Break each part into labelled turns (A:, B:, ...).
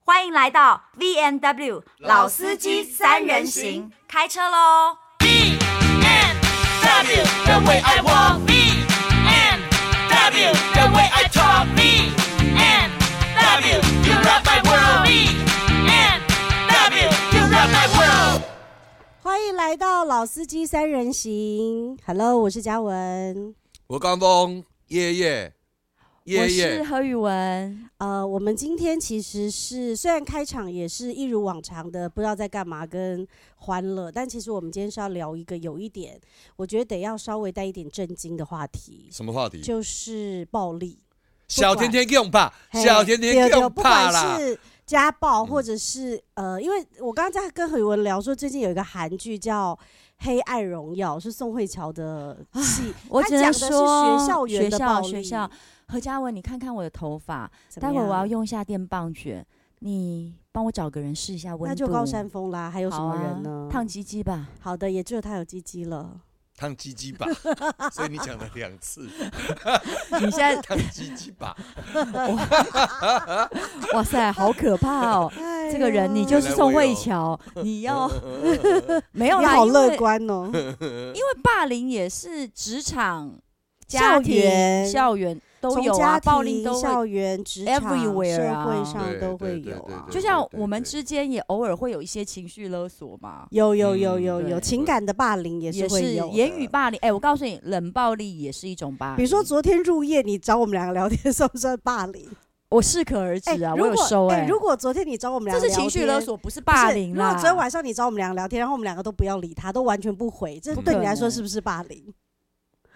A: 欢迎来到 V N W 老司机三人行，开车喽！
B: B and W, the way I walk. B and W, the way I talk. B and W, you rock my world. B and W, you rock my world.
C: 欢迎来到老司机三人行。Hello，我是嘉文。
D: 我刚峰，夜夜，夜夜，
E: 何宇文，
C: 呃，我们今天其实是虽然开场也是一如往常的不知道在干嘛跟欢乐，但其实我们今天是要聊一个有一点，我觉得得要稍微带一点震惊的话题，
D: 什么话题？
C: 就是暴力。
D: 小甜甜用怕，
C: 嘿
D: 小甜甜
C: 对对
D: 用
C: 不
D: 怕
C: 管
D: 啦。嗯
C: 是家暴或者是、呃，因为我刚刚在跟何宇文聊说，最近有一个韩剧叫《黑暗荣耀》，是宋慧乔的戏，
E: 啊我
C: 他
E: 只能
C: 讲的是
E: 说
C: 学校园
E: 学
C: 的
E: 校
C: 暴
E: 学
C: 力。
E: 校。何嘉文，你看看我的头发，
C: 怎么
E: 待会儿我
C: 样
E: 要用一下电棒卷，你帮我找个人试一下温度。
C: 那就高山峰啦，还有什
E: 好
C: 么
E: 啊
C: 人呢？
E: 烫鸡鸡吧，
C: 好的，也只有他有鸡鸡了。
D: 烫鸡 鸡吧，所以你讲了两次
E: 你现 在
D: 烫鸡鸡吧，
E: 哇塞，好可怕哦！
C: 哎
E: 这个人你
C: 呀
E: 就是宋
D: 原来我
E: 慧
D: 有
E: 乔，你 要没有
C: 哎你
E: 啦，
C: 好
E: 因
C: 乐
E: 为
C: 观哦。
E: 因为霸凌也是职场、家
C: 校
E: 庭
C: 园
E: 校园都
C: 从
E: 有
C: 家
E: 啊，
C: 庭、
E: 暴力都会
C: 校园、职场、
E: everywhere
C: 社
E: 啊
C: 会上
D: 对
C: 都
D: 对
C: 会
D: 对
C: 有
D: 对
C: 啊。
D: 对
E: 就
C: 就
E: 像
D: 对
E: 我们
D: 对
E: 之间也偶尔会有一些情绪勒索嘛，
C: 有有有
D: 嗯
C: 有有
E: 对
C: 情感的霸凌也是
E: 也
C: 会有的
E: 言语。霸凌。哎、我告诉你，冷暴力也是一种霸凌。
C: 比如说昨天入夜，你找我们两个聊天，算不算霸凌？
E: 我适可而止啊，
C: 如
E: 我有收
C: 果
E: 哎、
C: 如果昨天你找我们
E: 这
C: 两个
E: 是
C: 聊天，
E: 情绪勒索，不是
C: 不是。
E: 霸凌
C: 如果
E: 啦。
C: 昨天晚上你找我们两个聊天，然后我们两个都不要理他，都完全不回，这
E: 不
C: 对
E: 可
C: 你来说
E: 能
C: 是不是霸凌？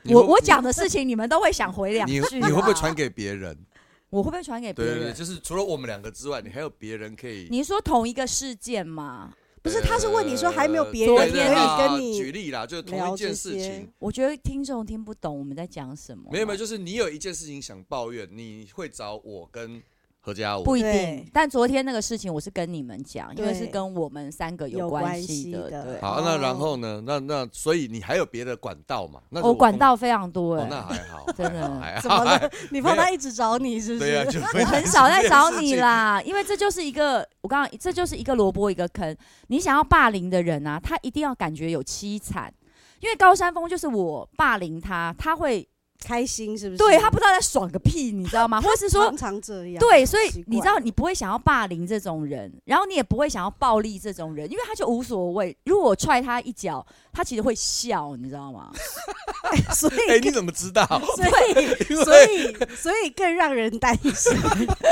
D: 你
E: 我
D: 会
E: 我讲的事情，你们都会想回两
D: 你
E: 句、啊
D: 你会不会传？给别人？
E: 我会不会传给别
D: 对对对，
E: 人？
D: 就是除了我们两个之外，你还有别人可以。
E: 你说同一个事件嘛？
C: 不是，他是问你说还没有别人
D: 呃
C: 可
D: 对
C: 以
D: 对啊
C: 跟
D: 举
C: 你
D: 例啦，就是同
C: 聊
D: 一
C: 这
D: 件事
C: 些
D: 情。。
E: 我觉得听众听不懂我们在讲什么。
D: 没有没有，就是你有一件事情想抱怨，你会找我跟何家
E: 不
D: 文。
E: 一定
C: 对。
E: 但昨天那个事情，我是跟你们讲，因为
C: 对
E: 是跟我们三个
C: 有
E: 关
C: 关
E: 系
C: 系的
E: 对，
D: 好，那然后呢？那那所以你还有别的管道嘛？那
E: 哦，
D: 我
E: 管道非常多
D: 哦，
E: 哎、
D: 那
C: 欸
D: 还好，
E: 真的
D: 还好还好
C: 怎么了？你怕他一直找你是不
D: 哎 对呀、啊
C: 是？
D: 就哎
E: 我 很少在找你。啦，因为这就是一个我刚刚这就是一个萝卜一个坑。你想要霸凌的人啊，他一定要感觉有凄惨，因为高山峰就是我霸凌他，他会
C: 开心是不是？
E: 对他不知道在爽个屁，你知道吗？或是说
C: 常常这样。
E: 对，所以
C: 奇
E: 你知
C: 怪
E: 道你不会想要霸凌这种人，然后你也不会想要暴力这种人，因为他就无所谓。如果我踹他一脚，他其实会笑，你知道吗？
C: 所
D: 哎、
C: 以
D: 你怎么知 道？嗯
C: 所以所以所以更让人担心，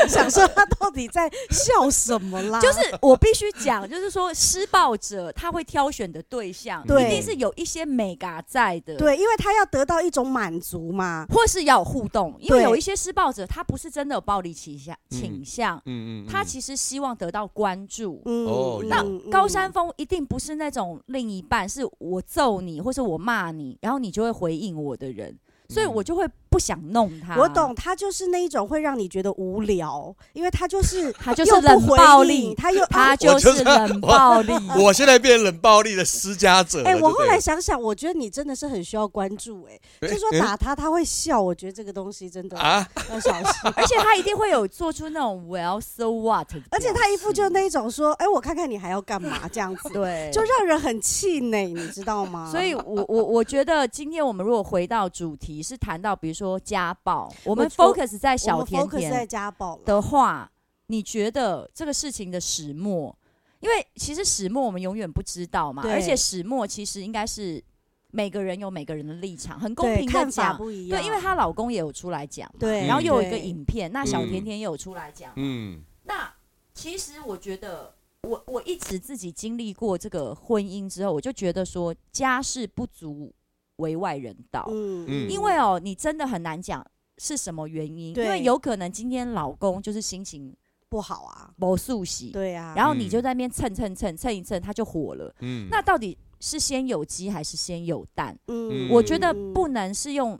C: 想说他到底在笑什么啦？
E: 就是我必须讲，就是说施暴者他会挑选的对象，
C: 对
E: 一定是有一些美嘎在的，，
C: 对，因为他要得到一种满足嘛。
E: 或是要有互动，因为
C: 对
E: 有一些施暴者他不是真的有暴力倾向
D: 嗯
E: 倾向，
D: 嗯嗯，
E: 他其实希望得到关注。
C: 嗯，
D: 哦
C: 嗯
D: 那
C: 嗯
E: 高山峰一定不是那种另一半是我揍你或是我骂你，然后你就会回应我的人，所以我就会不想弄他。
C: 嗯我懂，，他就是那一种会让你觉得无聊，因为他就是
E: 他 就是
C: 又不
E: 冷
C: 回
E: 暴
C: 应，
E: 力，
C: 他又
E: 他
C: 啊
E: 就
D: 我就是
E: 是冷暴力。
D: 我现在变冷暴力的施加者了。
C: 哎、我
D: 对不
C: 后
D: 对
C: 来想想，我觉得你真的是很需要关注、哎，就是说
D: 哎
C: 打他他会笑，我觉得这个东西真的
D: 啊，
C: 要小心。
E: 而且他一定会有做出那种 well so what，的
C: 而且他一副就
E: 表
C: 那一种说，哎、我看看你还要干嘛这样子
E: 情，对，
C: 就让人很气馁，你知道吗？
E: 所以我，我我觉得今天我们如果回到主题，是谈到比如说家暴，我们
C: 我
E: focus 在
C: 我
E: 小
C: 们
E: 甜
C: focus 在
E: 甜
C: 家暴了，
E: 的话，你觉得这个事情的始末？因为其实始末我们永远不知道嘛，
C: 对
E: 而且始末其实应该是每个人有每个人的立场，很公
C: 对
E: 平的
C: 看法
E: 讲。
C: 不一样，
E: 对，因为她老公也有出来讲嘛，
C: 对
E: 然后又有一个
C: 对
E: 影片，那小甜
D: 嗯
E: 甜也有出来讲。
D: 嗯，
E: 那其实我觉得我，我一直自己经历过这个婚姻之后，我就觉得说家事不足为外人道，
C: 嗯
D: 嗯
E: 因为哦，你真的很难讲是什么原因，因
C: 对
E: 为有可能今天老公就是心情
C: 不好啊，
E: 不素喜，
C: 对啊，
E: 然
C: 后
E: 后你就在那边蹭蹭蹭蹭一蹭，他就火了。
D: 嗯，
E: 那到底是先有鸡还是先有蛋？
C: 嗯
E: 我觉得
C: 嗯
E: 不能是用。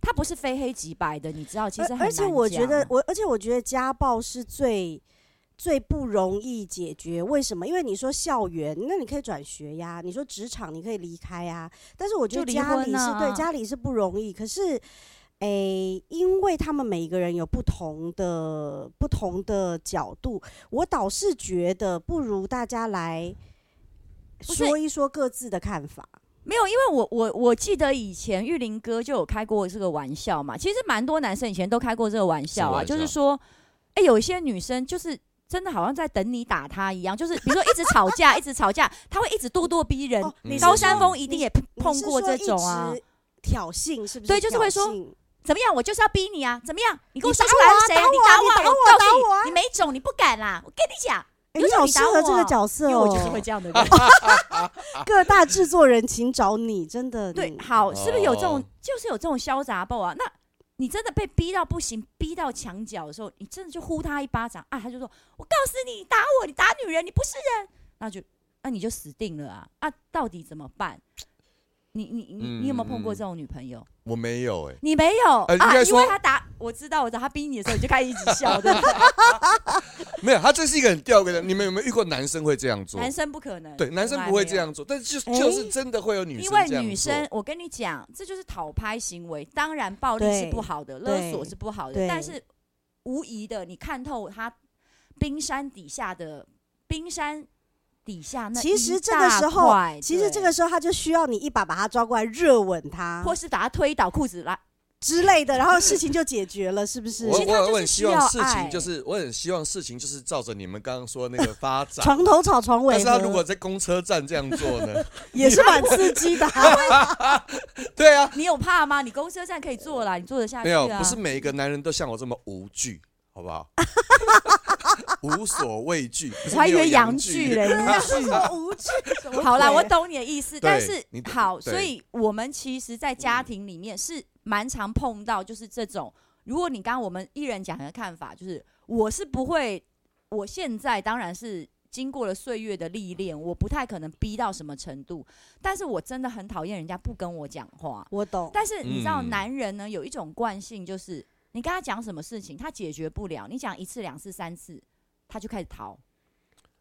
E: 它不是非黑即白的，你知道，其实
C: 而
E: 很
C: 而且
E: 难
C: 我觉
E: 讲
C: 得，我而且我觉得家暴是最最不容易解决。为什么？因为你说校园，那你可以转学呀；你说职场，你可以离开呀。但是我觉
E: 就
C: 得
E: 离
C: 家
E: 婚
C: 里是、
E: 啊
C: 对家里是不容易。可是，诶、因为他们每一个人有不同的不同的角度，我倒是觉得不如大家来
E: 是
C: 说一说各自的看法。
E: 没有，因为我我我记得以前玉林哥就有开过这个玩笑嘛，其实蛮多男生以前都开过这个玩笑啊，
D: 什么玩笑
E: 就是说，哎、有一些女生就是。真的好像在等你打她一样，就是比如说一直吵架，一直吵架，她会一直咄咄逼人。
C: 哦，你是
E: 高山
C: 说
E: 峰一定也碰碰过这种啊
C: 你是说一，直挑衅是不是？
E: 对就是会说
C: 挑衅
E: 怎么样？我就是要逼你啊！怎么样？你给我
C: 你
E: 说
C: 打
E: 出来
C: 我啊
E: 是谁？
C: 打
E: 你
C: 我啊
E: 打
C: 你打
E: 我，
C: 我啊
E: 我
C: 打
E: 告
C: 我
E: 诉
C: 啊
E: 你，你没种，你不敢啊啦！我跟你讲，
C: 哎
E: 有
C: 你
E: 种
C: 好
E: 你
C: 适
E: 打
C: 合这
E: 我
C: 个
E: 啊
C: 角色
E: 因
C: 哦，
E: 为我就是会 这样的人。
C: 各大制作人请找你，真的
E: 对
C: 你，
E: 好，是不是有这种
D: 哦，
E: 就是有这种潇洒爆啊？那你真的被逼到不行，逼到墙角的时候，你真的就呼他一巴掌啊，他就说：“我告诉你，你打我，你打女人，你不是人。”那就那你就死定了啊！啊，到底怎么办？你你你你有没有碰过
D: 嗯
E: 这种女朋友？
D: 我没有哎、
E: 你没有
D: 呃应
E: 啊？
D: 该
E: 因为
D: 说
E: 他打，我知道，我知道，他逼你的时候，你就开始一直笑，对不对？
D: 没有，他这是一个很吊诡的。你们有没有遇过男生会这样 做？
E: 男生不可能，
D: 对，男生
E: 从来
D: 不会
E: 没
D: 这
E: 有。
D: 样做，但是就
C: 哎
D: 就是真的会有女
E: 因
D: 生
E: 为
D: 这样
E: 女
D: 做
E: 生，我跟你讲，这就是讨拍行为。当然，暴力
C: 对
E: 是不好的，勒索
C: 对
E: 是不好的，
C: 对
E: 但是无疑的，你看透他冰山底下的冰山底下那
C: 其实
E: 一
C: 这个
E: 大
C: 时候
E: 块
C: 其实这
E: 对
C: 个时候他就需要你一把把他抓过来，热吻他
E: 或是把他推倒裤子来，
C: 之类的，然后事情就解决了，是不是？
D: 我
E: 其实他
D: 我
E: 就是
D: 我很
E: 需
D: 希望
E: 要
D: 事
E: 爱
D: 情就是，我很希望事情就是照着你们刚刚说的那个发 展。
C: 床头吵床尾
D: 但
C: 和，
D: 是他如果在公车站这样做 呢？
C: 也是蛮刺激的啊、
D: 对啊，
E: 你有怕吗？你公车站可以坐啦，你坐得下去
D: 没
E: 啊？
D: 有，不是每一个男人都像我这么无惧，好不好？ 无所畏惧，不是
E: 我还
D: 没
E: 以
D: 有
E: 为
D: 阳
E: 洋
D: 具
E: 剧嘞，
C: 人家说什么无趣什 么鬼
E: 好啦，我。懂你的意思，但
D: 对
E: 是
D: 你懂
E: 好，
D: 对
E: 所以我们其实，在家庭里面是蛮常碰到，就是这种。如果你刚刚我们一人讲的看法，就是我是不会，我现在当然是经过了岁月的历练，我不太可能逼到什么程度，但是我真的很讨厌人家不跟我讲话。
C: 我懂，
E: 但是你知道，
D: 嗯
E: 男人呢有一种惯性，就是你跟他讲什么事情，他解决不了，你讲一次、两次、三次，他就开始逃。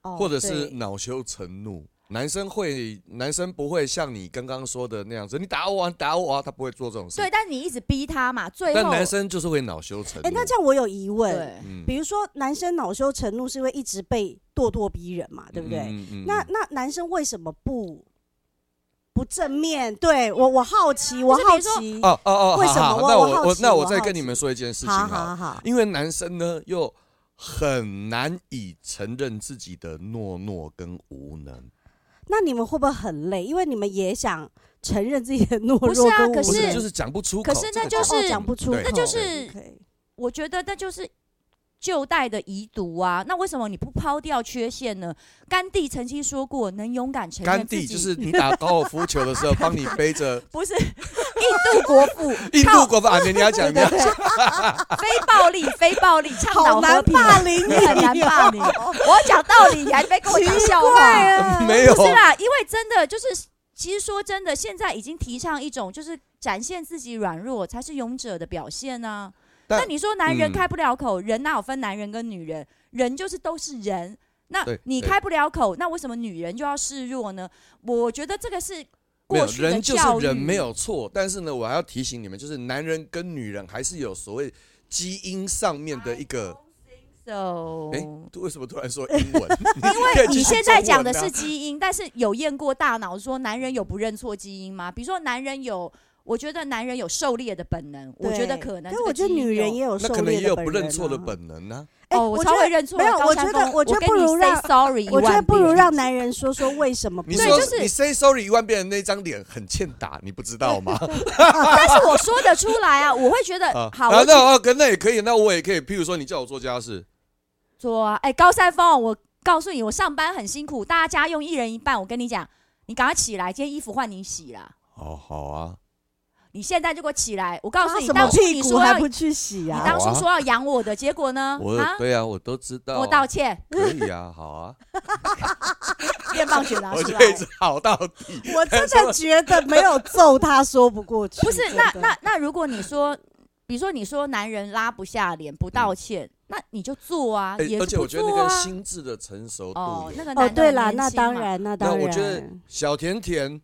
C: 哦
D: 或者是
C: 对
D: 恼羞成怒。男生会，男生不会像你刚刚说的那样子，你打我啊，你打我啊，他不会做这种事
E: 对，。但你一直逼他嘛，最
D: 但
E: 后
D: 男生就是会恼羞成怒。
C: 哎、那这样我有疑问，
E: 对。
D: 嗯，
C: 比如说男生恼羞成怒是因为一直被咄咄逼人嘛，对不对？
D: 嗯？嗯
C: 那那男生为什么不不正面对我？我好奇，我
E: 就是比
C: 好
E: 如说
C: 奇，
D: 哦哦哦，
C: 为什么
D: 好好
C: 我
D: 那
C: 我
D: 我
C: 好
D: 我
C: 奇
D: 那
C: 我
D: 我再
C: 好
D: 跟你
C: 奇
D: 们说一件事情
C: 好
D: 好了
C: 好好，
D: 因为男生呢又很难以承认自己的懦弱跟无能。
C: 那你们会不会很累？因为你们也想承认自己的懦
E: 不是
C: 弱
E: 啊
C: 跟
E: 可
C: 无
D: 不
E: 是
D: 是，
C: 能
D: 就是讲不出口。
E: 可是
D: 这
E: 那
D: 个
E: 就
D: 讲
E: 是
C: 哦讲不出口，
D: 对
E: 那就是
C: 对对
E: 我觉得那就是旧代的遗毒啊。那为什么你不抛掉缺陷呢？甘地曾经说过，能勇敢承
D: 甘
E: 认自
D: 地
E: 己
D: 就是你打高尔夫球的时 候，帮你背着
E: 不是 印度国父，
D: 印度
E: 靠
D: 国啊把人家讲
C: 对
D: 的
C: 对对，
E: 非暴力、非暴力倡
C: 好
E: 导
C: 难
E: 和平，
C: 霸凌你，
E: 你很难霸 凌。我讲道理，你还没跟我讲笑话。
C: 啊
D: 嗯没有
E: 不是啦，因为真的就是，其实说真的，现在已经提倡一种就是展现自己软弱才是勇者的表现呢、
D: 但
E: 那你说男人
D: 嗯
E: 开不了口，人哪有分男人跟女人？人就是都是人。那
D: 对
E: 你
D: 对
E: 开不了口，那为什么女人就要示弱呢？我觉得这个是
D: 没
E: 过
D: 有
E: 去的
D: 人就
E: 教
D: 是
E: 育，
D: 人没有错，但是呢，我还要提醒你们，就是男人跟女人还是有所谓基因上面的一个。
E: So，、
D: 哎，为什么突然说英 文？ 因
E: 哦你现在讲
D: 啊
E: 的是基因，但是有验过大脑说男人有不认错基因吗？比如说男人有，我觉得男人有狩猎的本能，我觉得
C: 对
E: 可能
C: 但
E: 这个
C: 我觉得
E: 基因
C: 女人
E: 有
C: 也有
D: 那
C: 狩
D: 可能
C: 猎
D: 也有
C: 的
D: 不认错的
C: 人啊。
D: 本能呢、
C: 哎
E: 哦，我
C: 觉
E: 超会
C: 得
E: 认错的。
C: 没有，
E: 高
C: 我
E: 山
C: 觉
E: 峰
C: 得，我觉得
E: 跟
C: 不
E: 你
C: 如
E: say
C: 让，
E: sorry
C: 我
E: 一
C: 觉
E: 万
C: 得不如
E: 遍
C: 让男人说说为什么不
D: 你
C: 能。
D: 说、
E: 就是
D: 你 say sorry 一万遍的那张脸很欠打，你不知 道吗？
E: 但是 我说得出来啊，我会觉得
D: 啊，
E: 好，
D: 啊
E: 我
D: 那啊，可那也可以，那我也可以。譬如说，你叫我做家事，
E: 做啊。哎，高山峰，我告诉你，我上班很辛苦，大家家用一人一半。我跟你讲，你赶快起来，今天衣服换你洗啦。
D: 哦，好啊，
E: 你现在就给我起来！我告诉
C: 啊
E: 你，
C: 什么
E: 当初
C: 屁
E: 你
C: 股
E: 说
C: 还
E: 要，
C: 不
E: 你
C: 去洗
D: 你
C: 啊？
E: 当初说要养我的，结果呢？
D: 我、
E: 啊，
D: 对啊，我都知道啊、
E: 我道歉，
D: 可以啊，好 啊，
E: 电棒拳
C: 啊
E: 拿
D: 我
E: 出
D: 就
E: 来。
D: 一直好到底。
C: 我真的觉得没有揍他说不过去。
E: 不是，
C: 真
E: 那
C: 的
E: 那那，如果你说，比如说你说男人拉不下脸不
C: 嗯
E: 道歉，那你就做啊，
D: 哎
E: 也
D: 而且我
E: 不
D: 觉得那
E: 做
D: 个
E: 啊。
D: 心智的成熟度
E: 哦，那
D: 有
E: 个
C: 哦，
E: 男的
C: 对
E: 很
C: 啦，
E: 年
C: 那
E: 轻
C: 当
E: 嘛
C: 然，那
D: 那
C: 当然，
D: 我觉得小甜甜，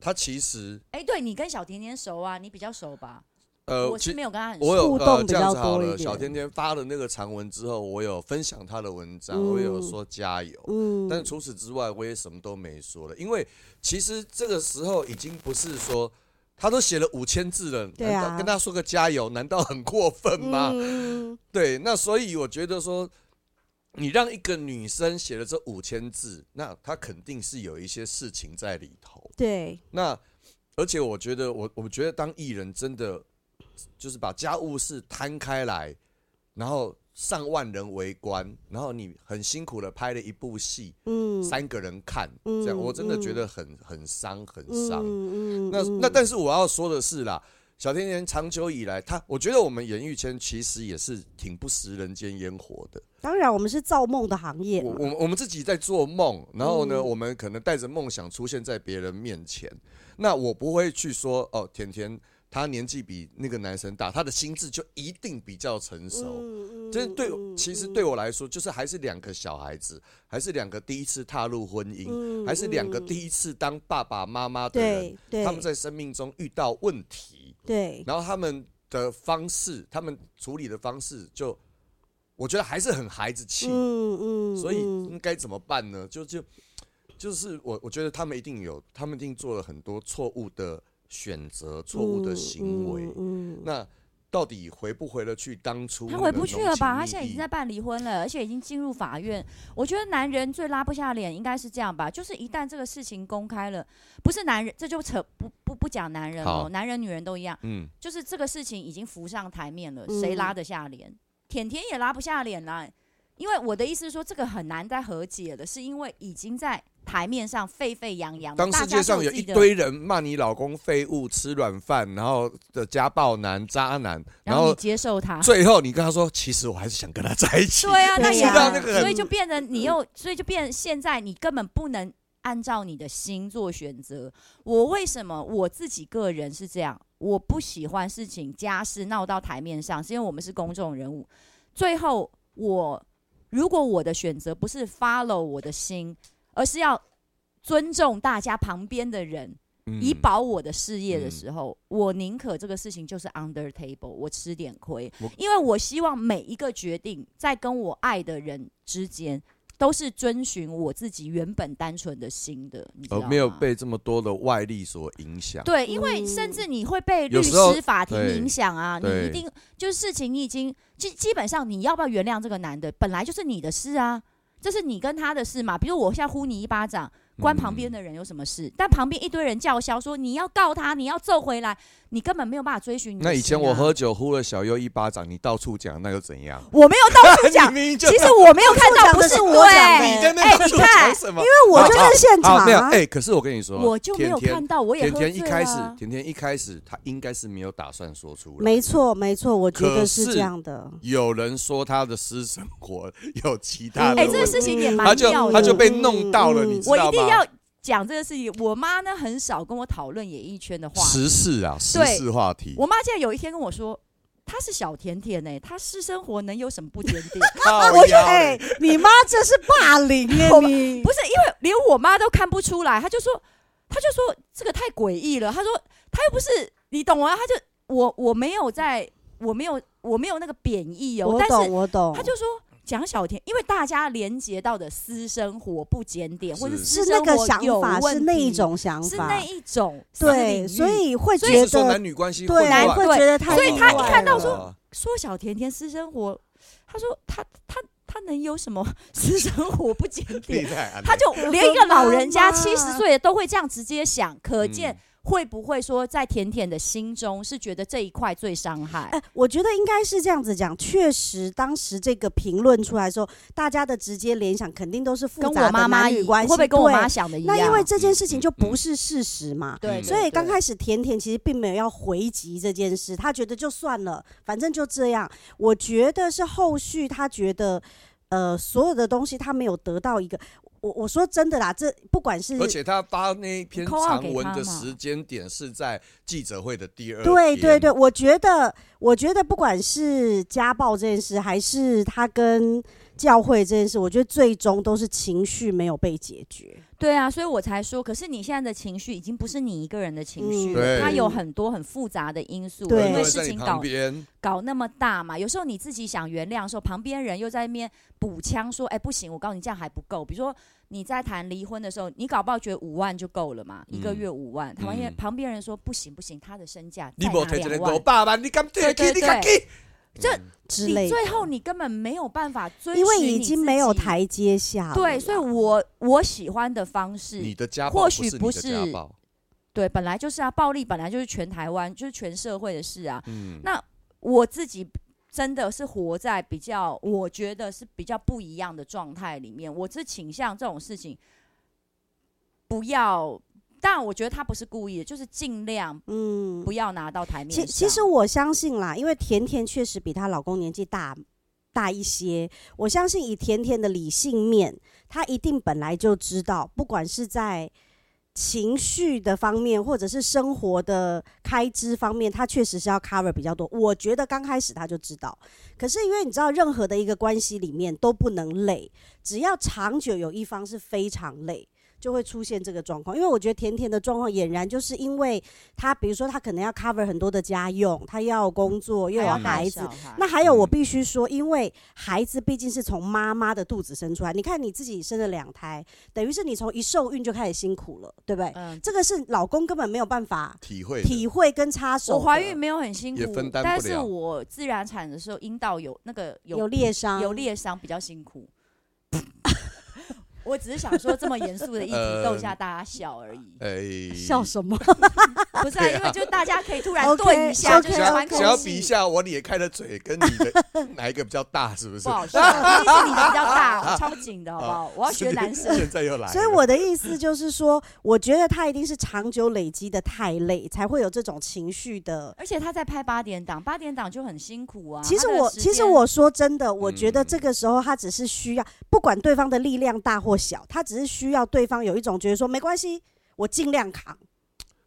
D: 她其实
E: 哎、对你跟小甜甜熟啊，你比较熟吧？
D: 呃，
E: 我
D: 其
E: 是没有跟他很
D: 我
E: 熟
D: 有
C: 互
D: 呃
C: 动比
D: 这样
C: 较
D: 子好
C: 多一
D: 了，小
C: 点
D: 甜甜发了那个长文之后，我有分享她的文章，
C: 嗯
D: 我有说加油。
C: 嗯，
D: 但除此之外，我也什么都没说了，因为其实这个时候已经不是说他都写了五千字了，
C: 对啊
D: 难道跟他说个加油，难道很过分吗？
C: 嗯嗯
D: 对，那所以我觉得说，你让一个女生写了这五千字，那她肯定是有一些事情在里头。
C: 对，
D: 那而且我觉得，我我觉得当艺人真的就是把家务事摊开来，然后上万人围观，然后你很辛苦的拍了一部戏，
C: 嗯，
D: 三个人看，
C: 嗯
D: 这样我真的
C: 嗯
D: 觉得很很伤，很
C: 嗯
D: 伤。
C: 嗯
D: 那
C: 嗯
D: 那但是我要说的是啦，小甜甜长久以来，她我觉得我们演艺圈其实也是挺不食人间烟火的。
C: 当然我们是造梦的行业
D: 我
C: 嘛，
D: 我们我们自己在做梦，然后呢，
C: 嗯
D: 我们可能带着梦想出现在别人面前。那我不会去说哦，甜甜她年纪比那个男生大，她的心智就一定比较成熟。
C: 嗯
D: 这对
C: 嗯，
D: 其实
C: 嗯
D: 对我来说，就是还是两个小孩子，还是两个第一次踏入婚姻，
C: 嗯
D: 还是两个
C: 嗯
D: 第一次当爸爸妈妈的人，
C: 对对，
D: 他们在生命中遇到问题，
C: 对
D: 然后他们的方式，他们处理的方式就，我觉得还是很孩子气，
C: 嗯嗯，
D: 所以
C: 嗯
D: 应该怎么办呢？就就就是我我觉得他们一定有，他们一定做了很多错误的选择、错误的行为。
C: 嗯，嗯
D: 那到底回不回得去当初？
E: 他回不去了吧？他现在已经在办离婚了，而且已经进入法院。我觉得男人最拉不下脸应该是这样吧，就是一旦这个事情公开了，不是男人，这就扯不不不讲男人哦
D: 好，
E: 男人女人都一样，
D: 嗯，
E: 就是这个事情已经浮上台面了，
C: 嗯
E: 谁拉得下脸？甜甜也拉不下脸啦。因为我的意思是说，这个很难再和解了，是因为已经在台面上沸沸扬扬了。
D: 当世界上有
E: 嗯大家都
D: 一
E: 自己的，
D: 堆人骂你老公废物、吃软饭，然后的家暴男、渣男，
E: 然
D: 然
E: 后你
D: 后
E: 接受他，
D: 最后你跟他说，其实我还是想跟他在一起。
E: 对啊，那
C: 对
E: 也
C: 呀
E: 很
D: 那个很
E: 所以就变成你又，所以就变成现在你根本不能按照你的心做选择。我为什么我自己个人是这样？我不喜欢事情家事闹到台面上，是因为我们是公众人物。最后我如果我的选择不是 follow 我的心，而是要尊重大家旁边的人，
D: 嗯
E: 以保我的事业的
D: 嗯
E: 时候，我宁可这个事情就是 under table，我吃点亏
D: 我，
E: 因为我希望每一个决定在跟我爱的人之间都是遵循我自己原本单纯的心的，你知道
D: 呃
E: 吗？
D: 没有被这么多的外力所影响。
E: 啊对，因为
C: 嗯
E: 甚至你会被律
D: 啊有时候
E: 师、法庭
D: 对
E: 影响啊，你
D: 对
E: 一定就是事情你已经基基本上你要不要原谅这个男的，本来就是你的事啊，这是你跟他的事嘛。比如我现在呼你一巴掌，关旁边的人有什么
D: 嗯
E: 事？但旁边一堆人叫嚣说你要告他，你要揍回来，你根本没有办法追寻你的心啊、
D: 那以前我喝酒呼了小优一巴掌，你到处讲，那又怎样？
E: 我没有到处 讲，
D: 明明就
E: 其实我没有看到，
C: 讲
E: 不
C: 的
E: 是
C: 是我
E: 对
C: 讲的
D: 你在那
E: 哎
D: 到
E: 你
D: 处
E: 看
D: 讲什么？
C: 因为我就在现场
D: 好，没有
C: 啊，
D: 哎，可是我跟你说，
E: 我就没有
D: 甜
E: 看到，我也
D: 甜
E: 喝
D: 甜一
E: 醉啊
D: 开始
E: 了，。
D: 甜甜一开始，她应该是没有打算说出来。
C: 没错没错，我觉得
D: 可
C: 是
D: 是
C: 这样的，
D: 有人说她的私生活有其他的
E: 哎、
C: 嗯
E: 这
D: 问
E: 个
D: 题，
E: 事情也蛮
D: 她就
E: 妙的，
D: 她就被弄到了，
C: 嗯
D: 你知
E: 我一
D: 道
E: 定
D: 吗
E: 要？讲这个事情。我妈呢很少跟我讨论演艺圈的话题。
D: 时事啊，时
E: 对
D: 事话题。
E: 我妈竟然有一天跟我说，她是小甜甜呢、她私生活能有什么不检 点？
D: 靠
C: 我觉得
D: 腰
C: 哎，你妈这是霸 凌哎，
E: 我
C: 你
E: 不是因为连我妈都看不出来，她就说，她就说这个太诡异了。她说她又不是你懂吗？她就我我没有在，我没有我没有那个贬义哦，
C: 我
E: 但
C: 懂
E: 是
C: 我懂，
E: 她就说。讲小甜，因为大家连接到的私生活不检点，或者
D: 是
E: 私
C: 是那
E: 生
C: 个
E: 活
C: 想
E: 有
C: 法，是
E: 问
C: 那一
E: 题
C: 种想
E: 是
C: 法
E: 那，一种
C: 对，所
E: 私领域
C: 以会
E: 所
D: 不
C: 觉
D: 是说
C: 得
D: 男女关系混
C: 对
D: 乱，
E: 男
C: 会
E: 对
C: 觉得太
E: 所以他
C: 奇怪
E: 一看到
C: 了
E: 说说小甜甜私生活，他说他他他能有什么 私生活不检
D: 厉
E: 点？
D: 害，
E: 他就连一个老人家
C: 妈妈
E: 七十岁的都会这样直接想，可
D: 嗯
E: 见会不会说在甜甜的心中是觉得这一块最伤害？
C: 哎，我觉得应该是这样子讲，确实当时这个评论出来的时候，大家的直接联想肯定都是复
E: 跟
C: 杂
E: 我
C: 的
E: 妈妈
C: 男
E: 一
C: 女关
E: 会
C: 系，
E: 不会跟我妈
C: 对啊
E: 想的一样？
C: 那因为这件事情
D: 嗯
C: 就不
D: 嗯
C: 是事实嘛。
E: 对，
D: 嗯
C: 所以刚
E: 始。对
C: 开始甜甜其实并没有要回击这件事，她觉得就算了，反正就这样。我觉得是后续她觉得，呃，所有的东西她没有得到一个。我我说真的啦，这不管是
D: 而且他发那一篇
E: 你 call out
D: 长
E: 给
D: 文
E: 他
D: 的
E: 嘛
D: 时间点是在记者会的第二
C: 对对
D: 天
C: 对，，我觉得，我觉得不管是家暴这件事，还是他跟教会这件事，我觉得最终都是情绪没有被解决。
E: 对啊，所以我才说，可是你现在的情绪已经不是你一个人的情绪
C: 嗯
E: 了，
D: 对
E: 它有很多很复杂的因素，
C: 对
E: 因
D: 很多
E: 为
D: 人在
E: 事
D: 你
E: 情
D: 旁
E: 搞
D: 边，
E: 搞那么大嘛，有时候你自己想原谅的时候，旁边人又在那边补枪说：“哎、不行，我告诉你这样还不够。”比如说你在谈离婚的时候，你搞不好觉得五万就够了嘛，一个月五万，旁边、
D: 嗯
E: 旁边人说：“不行不行，他的身价
D: 你
E: 再
D: 无
E: 拿
D: 提一个
E: 两
D: 五
E: 万。
D: 百万，你敢提
E: 对对
D: 起？你敢
E: 对
D: 去？
E: 这
D: 嗯
C: 之”类
E: 你
C: 的，
E: 最后你根本没有办法追，
C: 因为已经没有。台阶下了啦，
E: 对，所以我我喜欢的方
D: 你
E: 式，
D: 的家
E: 或
D: 暴
E: 许
D: 不
E: 不
D: 是你的
E: 是
D: 家暴，
E: 对，本来就是啊，暴力本来就是全台湾，就是全社会的事啊。
D: 嗯，
E: 那我自己真的是活在比较，我觉得是比较不一样的状态里面。我是倾向这种事情不要，但我觉得他不是故意的，就是尽量
C: 嗯
E: 不，要拿到台面
C: 其
E: 上。
C: 其实我相信啦，因为甜甜确实比她老公年纪大大一些，我相信以甜甜的理性面，她一定本来就知道，不管是在情绪的方面，或者是生活的开支方面，她确实是要 cover 比较多。我觉得刚开始她就知道，可是因为你知道，任何的一个关系里面都不能累，只要长久有一方是非常累。就会出现这个状况，因为我觉得甜甜的状况俨然就是因为他比如说他可能要 cover 很多的家用，他要有工作，又有啊
E: 还要
D: 带
C: 孩子
E: 小，孩
C: 那还有，我
D: 嗯
C: 必须说，因为孩子毕竟是从妈妈的肚子生出来，你看你自己生了两胎，等于是你从一受孕就开始辛苦了，对不对？
E: 嗯，
C: 这个是老公根本没有办法
D: 体会的
C: 体会跟插手的。
E: 我怀孕没有很辛
D: 也
E: 苦
D: 分，担不
E: 但是
D: 了
E: 我自然产的时候阴道有那个有
C: 有裂
D: 啊
C: 伤，
E: 有裂伤比较辛苦。 我只是想说这么严肃的议题
D: 呃
E: 逗一下大家笑而 已。
D: 哎，
C: 笑什么？
E: 不是、啊，因为就大家可以突然
C: OK，
E: 顿一下，就是
D: 想要
E: 喘
C: ，OK，OK
E: 口
D: 想要比
E: 气，
D: 一下我咧开的嘴跟你的 哪一个比较大，是不是，
E: 不？好笑，一定是你的比较大，哦超紧的好不好？我要学男生
D: 啊 现在又来了，
C: 所以我的意思就是说，我觉得他一定是长久累积的太累，才会有这种情绪的。
E: 而且他在拍八点档，八点档就很辛苦啊。
C: 其实
E: 他的
C: 我，
E: 时
C: 其实
E: 间
C: 我说真的，我觉得
D: 嗯
C: 这个时候他只是需要，不管对方的力量大或小，他只是需要对方有一种觉得说没关系，我尽量扛。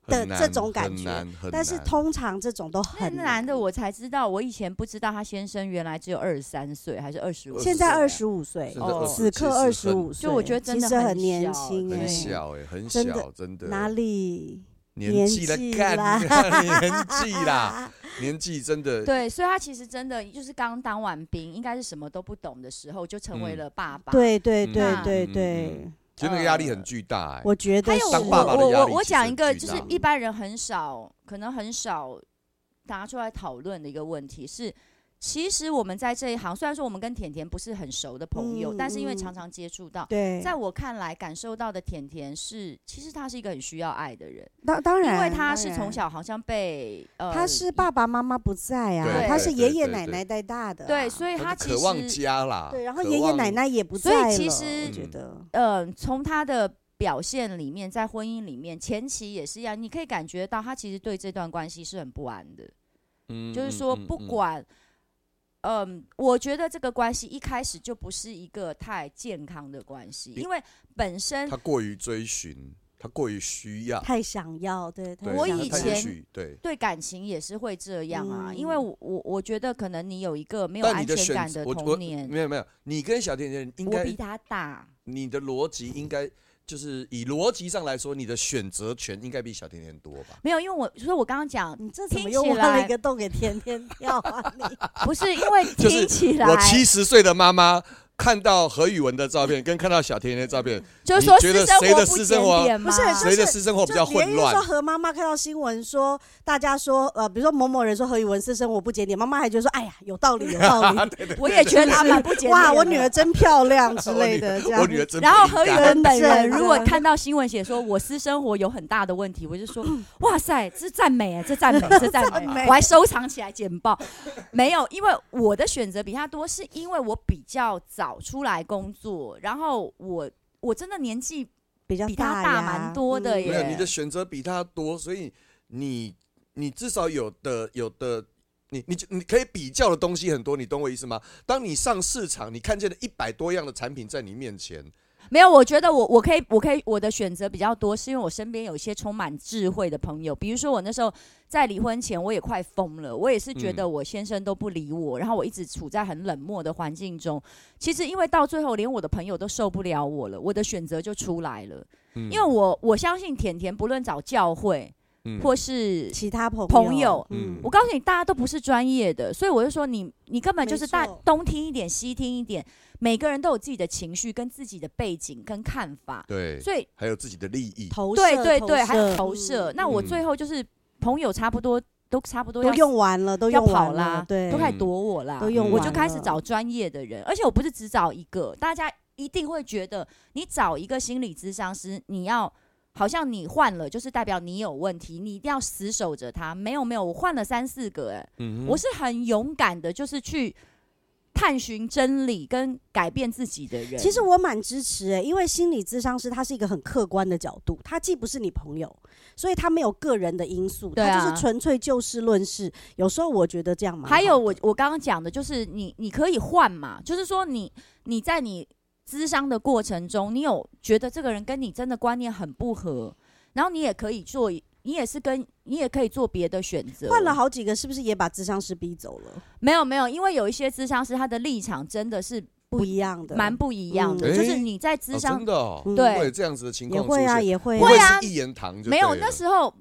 C: 的
D: 很难
C: 这种感觉，
D: 很难很
C: 但是
D: 难
C: 通常这种都
E: 那
C: 很
E: 男的，我才知道，我以前不知道他先生原来只有二十三岁，还是二十五。
C: 现在二，十五岁
D: 现
E: 在，25
C: 哦此刻二
D: 其
C: 十
D: 实
C: 五岁，
E: 就我觉得真的
C: 其实
E: 很
C: 很年
E: 小
C: 轻
E: 对
C: 哎
D: 很小哎，很
C: 真的
D: 小，真的
C: 哪里
D: 年纪了
C: 年纪
D: 干啊 年纪啦，
C: 啊？
D: 年纪真的
E: 对，所以他其实真的就是刚当完兵，应该是什么都不懂的时候，就成为
D: 嗯
E: 了爸爸。
C: 对对
D: 嗯
C: 对
E: 嗯
C: 对
D: 嗯
C: 对，
D: 其实那个压力很巨大哎。
C: 我觉得
E: 还有
C: 是
E: 我
D: 当爸爸的
E: 我
D: 压
E: 我
D: 力
E: 我
D: 其实
E: 讲
D: 很
E: 一个，
D: 巨
E: 就是
D: 大
E: 一般人很少，可能很少拿出来讨论的一个问题是，其实我们在这一行，虽然说我们跟甜甜不是很熟的朋友，
C: 嗯
E: 但是因为
C: 嗯
E: 常常接触到，
C: 对，
E: 在我看来感受到的甜甜是，其实她是一个很需要爱的人，
C: 当当
E: 因
C: 然，
E: 为她
C: 当
E: 是
C: 然
E: 从。小好像被呃，
C: 他是爸爸妈妈不在啊，
E: 对
C: 他
E: 对
C: 是
D: 对
C: 爷爷
D: 对
C: 奶
D: 对
C: 奶带大的啊，
E: 对，所以她
D: 他
E: 其
D: 渴望
E: 实
D: 家啦，
C: 对，然后
D: 渴
C: 爷爷
D: 望
C: 奶奶也不
E: 所以
C: 在了，
E: 其实
C: 我觉
D: 嗯
C: 得
E: 嗯，从他的表现里面，在婚姻里面，前期也是一样，你可以感觉到他其实对这段关系是很不安的，
D: 嗯
E: 就是说
D: 嗯嗯
E: 不
D: 嗯
E: 管。嗯，我觉得这个关系一开始就不是一个太健康的关系，
D: 因
E: 因为本身
D: 他过于追寻，他过于需要。
C: 太想要，对，太
D: 对
E: 我
C: 想
D: 他
E: 以
D: 太
C: 要
E: 前
D: 过于对，
E: 对感情也是会这样啊。
C: 嗯
E: 因为我我我觉得可能你有一个没有
D: 但
E: 安
D: 你的
E: 全
D: 选
E: 感
D: 择
E: 的，
D: 我我
E: 童年，
D: 没有没有，你跟小甜甜应
E: 我
D: 该
E: 比他大，
D: 你的逻辑应该就是以逻辑上来说，你的选择权应该比小甜甜多吧？
E: 没有，因为我所以我刚刚 讲
C: 你这怎么
E: 听
C: 又
E: 起
C: 挖了
E: 来
C: 一个洞给甜甜跳啊？你
E: 不是因为
D: 就是
E: 听起来
D: 我七十岁的妈妈看到何宇文的照片，跟看到小甜甜的照片，
E: 就是
D: 你
E: 说
D: 觉
E: 私
D: 得
E: 生
D: 谁
E: 活
D: 的
E: 不
D: 私
E: 检
D: 生活啊
E: 点
C: 不
E: 吗？
C: 是就
D: 谁的私生活哦比
C: 就
D: 较混
C: 连说
D: 乱？
C: 何妈妈看到新闻说，大家说呃，比如说某某人说何宇文私生活不检点，妈妈还觉得说，哎呀，有道理，有 道理。
E: 我也觉得他蛮不检点的。
C: 哇，我女儿真漂亮之
D: 我
C: 类
D: 女
C: 的，这样。
D: 我女儿真
E: 然后
D: 不
E: 何
D: 应
E: 宇
D: 该
E: 文本人
C: 真的
E: 如 果看到新闻写说我私生活有很大的问题，我就说哇塞，这赞美啊，这赞美，这赞
C: 嗯 赞
E: 美，
C: 美
E: 我还收藏起来简报。没有，因为我的选择比他多，是因为我比较早出来工作，然后我我真的年纪
C: 比较
E: 比她
C: 大
E: 大
C: 呀
E: 蛮多的
C: 嗯
E: 耶
D: 没有，你的选择比他多，所以你你至少有的有的，你你你可以比较的东西很多，你懂我意思吗？当你上市场，你看见了一百多样的产品在你面前，
E: 没有，我觉得我我可以，我可以，我的选择比较多，是因为我身边有一些充满智慧的朋友。比如说我那时候在离婚前，我也快疯了，我也是觉得我先生都不理我，然后我一直处在很冷漠的环境中。其实因为到最后，连我的朋友都受不了我了，我的选择就出来了。因为我我相信甜甜，不论找教会、
D: 嗯
E: 或是
C: 其他朋友
E: 朋友
D: 嗯
E: 我告诉你，大家都不是专业的，所以我就说你，你根本就是大
C: 没错
E: 东听一点，西听一点，每个人都有自己的情绪、跟自己的背景、跟看法，
D: 对，
E: 所以
D: 还有自己的利益，哦
C: 投射
E: 对对对，
C: 射
E: 还有投射。
C: 嗯
E: 那我
D: 嗯
E: 最后就是朋友差不多都差不多
C: 都
E: 要
C: 用完了，都
E: 要
C: 用
E: 跑
C: 完
E: 啦
C: 了，，对
E: 都，
D: 嗯
E: 开始躲我啦，
C: 都用
E: 我
C: 完
E: 就开始
C: 了
E: 找专业的人，而且我不是只找一个，大家一定会觉得你找一个心理咨商师，你要好像你换了，就是代表你有问题，你一定要死守着他。没有没有，我换了三四个、欸，
D: 嗯
E: 我是很勇敢的，就是去探寻真理跟改变自己的人。
C: 其实我蛮支持诶、因为心理咨商师他是一个很客观的角度，他既不是你朋友，所以他没有个人的因素，
E: 对啊
C: 他就是纯粹就事论事。有时候我觉得这样蛮好
E: 还有我我刚刚讲的就是你你可以换嘛，就是说你你在你咨商的过程中，你有觉得这个人跟你真的观念很不合，然后你也可以做，你也是跟你也可以做别的选择。
C: 换了好几个，是不是也把咨商师逼走了？
E: 没有没有，因为有一些咨商师他的立场真的是
C: 不一样的，
E: 蛮不一样的，
D: 嗯
E: 就是
D: 诶
E: 你在咨
D: 哦
E: 商、
D: 真的哦
C: 嗯
E: 对
D: 会有这样子的情
C: 也
D: 况出
C: 会啊，
D: 现，
C: 也会
D: 不
C: 啊
E: 会
D: 会
E: 啊
D: 是一言堂就
E: 没有
D: 对了
E: 那时候。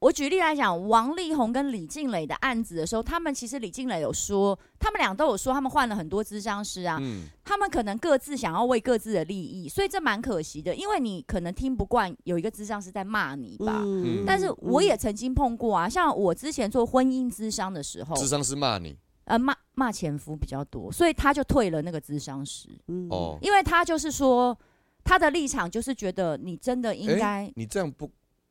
E: 我举例来讲，王力宏跟李静蕾的案子的时候，他们其实李静蕾有说，他们俩都有说，他们换了很多咨商师啊，
D: 嗯
E: 他们可能各自想要为各自的利益，所以这蛮可惜的，因为你可能听不惯有一个智商是在骂你吧。
D: 嗯
E: 但是我也曾经碰过啊，像我之前做婚姻咨商的时候，
D: 智商是骂你
E: 呃骂骂前夫比较多，所以他就退了那个咨商师，
C: 嗯
D: 哦，
E: 因为他就是说他的立场就是觉得你真的应
D: 诶
E: 该，
D: 你这样不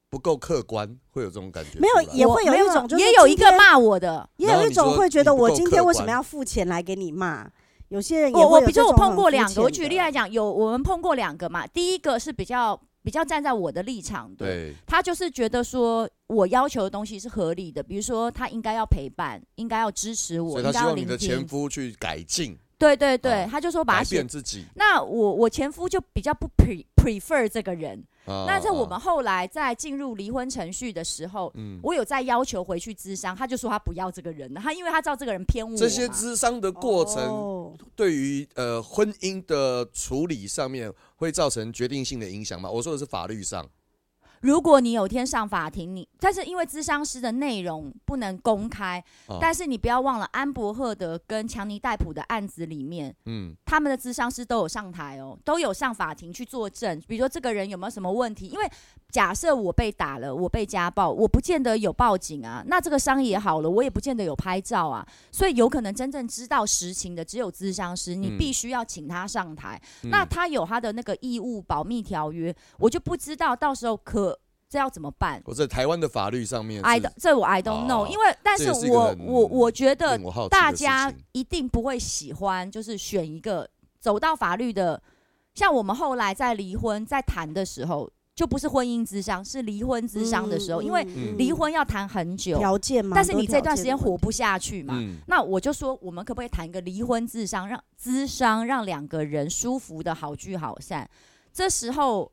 D: 不够客观，会有这种感觉
C: 没有
D: 出来
C: 也
E: 我
C: 会有
E: 没
C: 一种就是
E: 也有一
C: 今
E: 个
C: 天
E: 骂我的，
C: 也有一种会觉得我今天为什么
D: 你说你不够客观
C: 要付钱来给你骂？有些人也
E: 我
C: 会
E: 我
C: 有
E: 比
C: 这
E: 如我
C: 种
E: 碰
C: 很
E: 过
C: 肤
E: 两个，
C: 浅
E: 我举例
C: 的
E: 来讲，有我们碰过两个嘛，第一个是比较比较站在我的立场的，
D: 对，
E: 他就是觉得说我要求的东西是合理的，比如说他应该要陪伴，应该要支持我，
D: 所以
E: 应
D: 他
E: 该
D: 希
E: 要
D: 望你
E: 聆
D: 的前
E: 听。
D: 夫去改进，
E: 对对对，
D: 啊
E: 他就说 把他
D: 改
E: 写
D: 变。自己。
E: 那我我前夫就比较不 pre prefer 这个人。那
D: 那
E: 在我们后来在进入离婚程序的时候，
D: 嗯，
E: 我有在要求回去咨商，他就说他不要这个人了，他因为他知道这个人偏我嘛。
D: 这些智商的过程
C: 哦
D: 对于呃婚姻的处理上面会造成决定性的影响吗？我说的是法律上，
E: 如果你有一天上法庭，你但是因为咨商师的内容不能公开，
D: 哦
E: 但是你不要忘了安博赫德跟强尼戴普的案子里面。
D: 嗯，
E: 他们的智商师都有上台哦，都有上法庭去作证，比如说这个人有没有什么问题？因为假设我被打了，我被家暴，我不见得有报警啊，那这个伤也好了，我也不见得有拍照啊，所以有可能真正知道实情的只有智商师，你
D: 嗯
E: 必须要请他上台。
D: 嗯
E: 那他有他的那个义务保密条约，我就不知道到时候可这要怎么办。
D: 我在台湾的法律上面
E: I
D: 是
E: don't- 这我 I don't know，、
D: 哦
E: 因为但
D: 这
E: 是
D: 也是一个
E: 我
D: 很
E: 我我觉得
D: 令我好奇的
E: 大
D: 事
E: 家
D: 情
E: 一定不会喜欢，就是选一个走到法律的，像我们后来在离婚在谈的时候，就不是婚姻之商，是离婚之商的时候，因为
D: 嗯
E: 离婚要谈很久，
C: 条件嘛，
E: 但是
C: 很多
E: 你这
C: 条
E: 段
C: 件
E: 时间
C: 的问
E: 活
C: 题
E: 不下去嘛。
D: 嗯
E: 那我就说，我们可不可以谈一个离婚智商，让咨商让两个人舒服的好聚好散？这时候，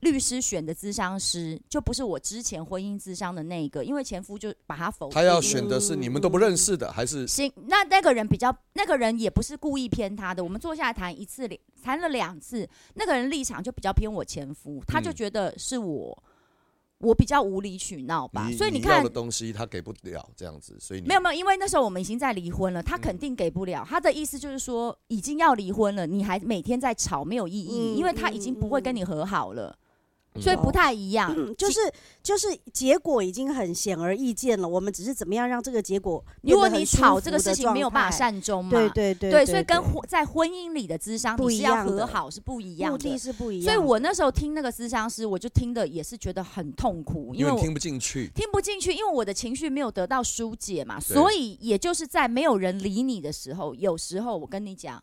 E: 律师选的咨商师就不是我之前婚姻咨商的那一个，因为前夫就把他否定。
D: 他要选的是你们都不认识的，还是
E: 行，那那个人比较，那个人也不是故意偏他的。我们坐下来谈一次，谈了两次，那个人立场就比较偏我前夫，他就
D: 嗯
E: 觉得是我，我比较无理取闹吧。
D: 你
E: 所以
D: 你
E: 看
D: 要的，东西他给不了这样子，所以你
E: 没有没有，因为那时候我们已经在离婚了，他
D: 嗯
E: 肯定给不了。他的意思就是说，已经要离婚了，你还每天在吵没有意义，
C: 嗯
E: 因为他已经不会跟你和好了，
D: 嗯
E: 所以不太一样。
C: 嗯就是就是结果已经很显而易见了，我们只是怎么样让这个结果变
E: 如
C: 得
E: 果
C: 很舒服的状态。
E: 你吵这个事情没有办法善终嘛，
C: 对对对
E: 所以跟婚在婚姻里的智商
C: 不
E: 你
C: 一
E: 是要
C: 样
E: 和
C: 的
E: 好是不一样
C: 目
E: 的
C: 的。是不一
E: 所
C: 样
E: 以
C: 的。
E: 我那时候听那个咨商师，我就听的也是觉得很痛苦，因
D: 因
E: 为
D: 为你
E: 我
D: 听不进去，
E: 听不进去，因为我的情绪没有得到疏解嘛，
D: 对
E: 所以也就是在没有人理你的时候，有时候我跟你讲，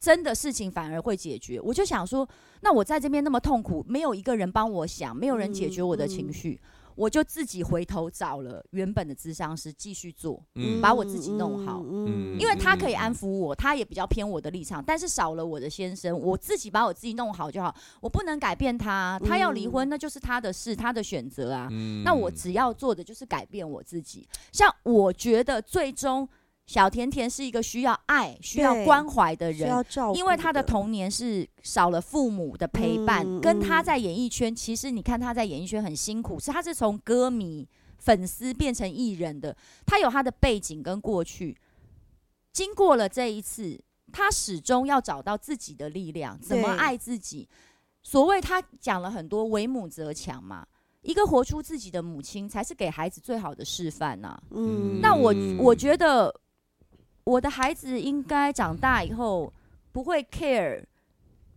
E: 真的事情反而会解决。我就想说，那我在这边那么痛苦，没有一个人帮我想，没有人解决我的情绪，我就自己回头找了原本的咨商师继续做，
D: 嗯
E: 把我自己弄好
D: 嗯
E: 因为他可以安抚我，他也比较偏我的立场，但是少了我的先生，我自己把我自己弄好就好，我不能改变他，他要离婚那就是他的事，他的选择啊。
D: 嗯
E: 那我只要做的就是改变我自己。像我觉得最终小甜甜是一个需要爱、需要
C: 对
E: 关怀的
C: 需
E: 人，
C: 要照顾，
E: 因为他的童年是少了父母的陪伴，
C: 嗯
E: 跟
C: 嗯
E: 他在演艺圈，其实你看他在演艺圈很辛苦，是他是从歌迷、粉丝变成艺人的，他有他的背景跟过去。经过了这一次，他始终要找到自己的力量，怎么
C: 对
E: 爱自己。所谓他讲了很多“为母则强”嘛，一个活出自己的母亲，才是给孩子最好的示范呐、
D: 嗯
E: 那我我觉得啊我的孩子应该长大以后不会 care。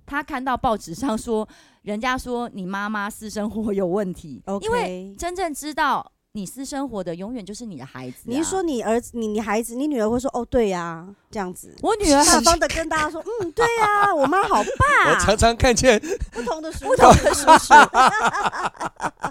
E: 他看到报纸上说，人家说你妈妈私生活有问题
C: OK
E: 因为真正知道你私生活的永远就是你的孩子、啊。
C: 你是说你儿子、你你孩子、你女儿会说哦，对呀、这样子，
E: 我女儿
C: 大
E: 很
C: 方的跟大家说，嗯，对呀、我妈 好
D: 我
C: 棒，
D: 常常看见
C: 不同 的叔叔，不同的叔 叔，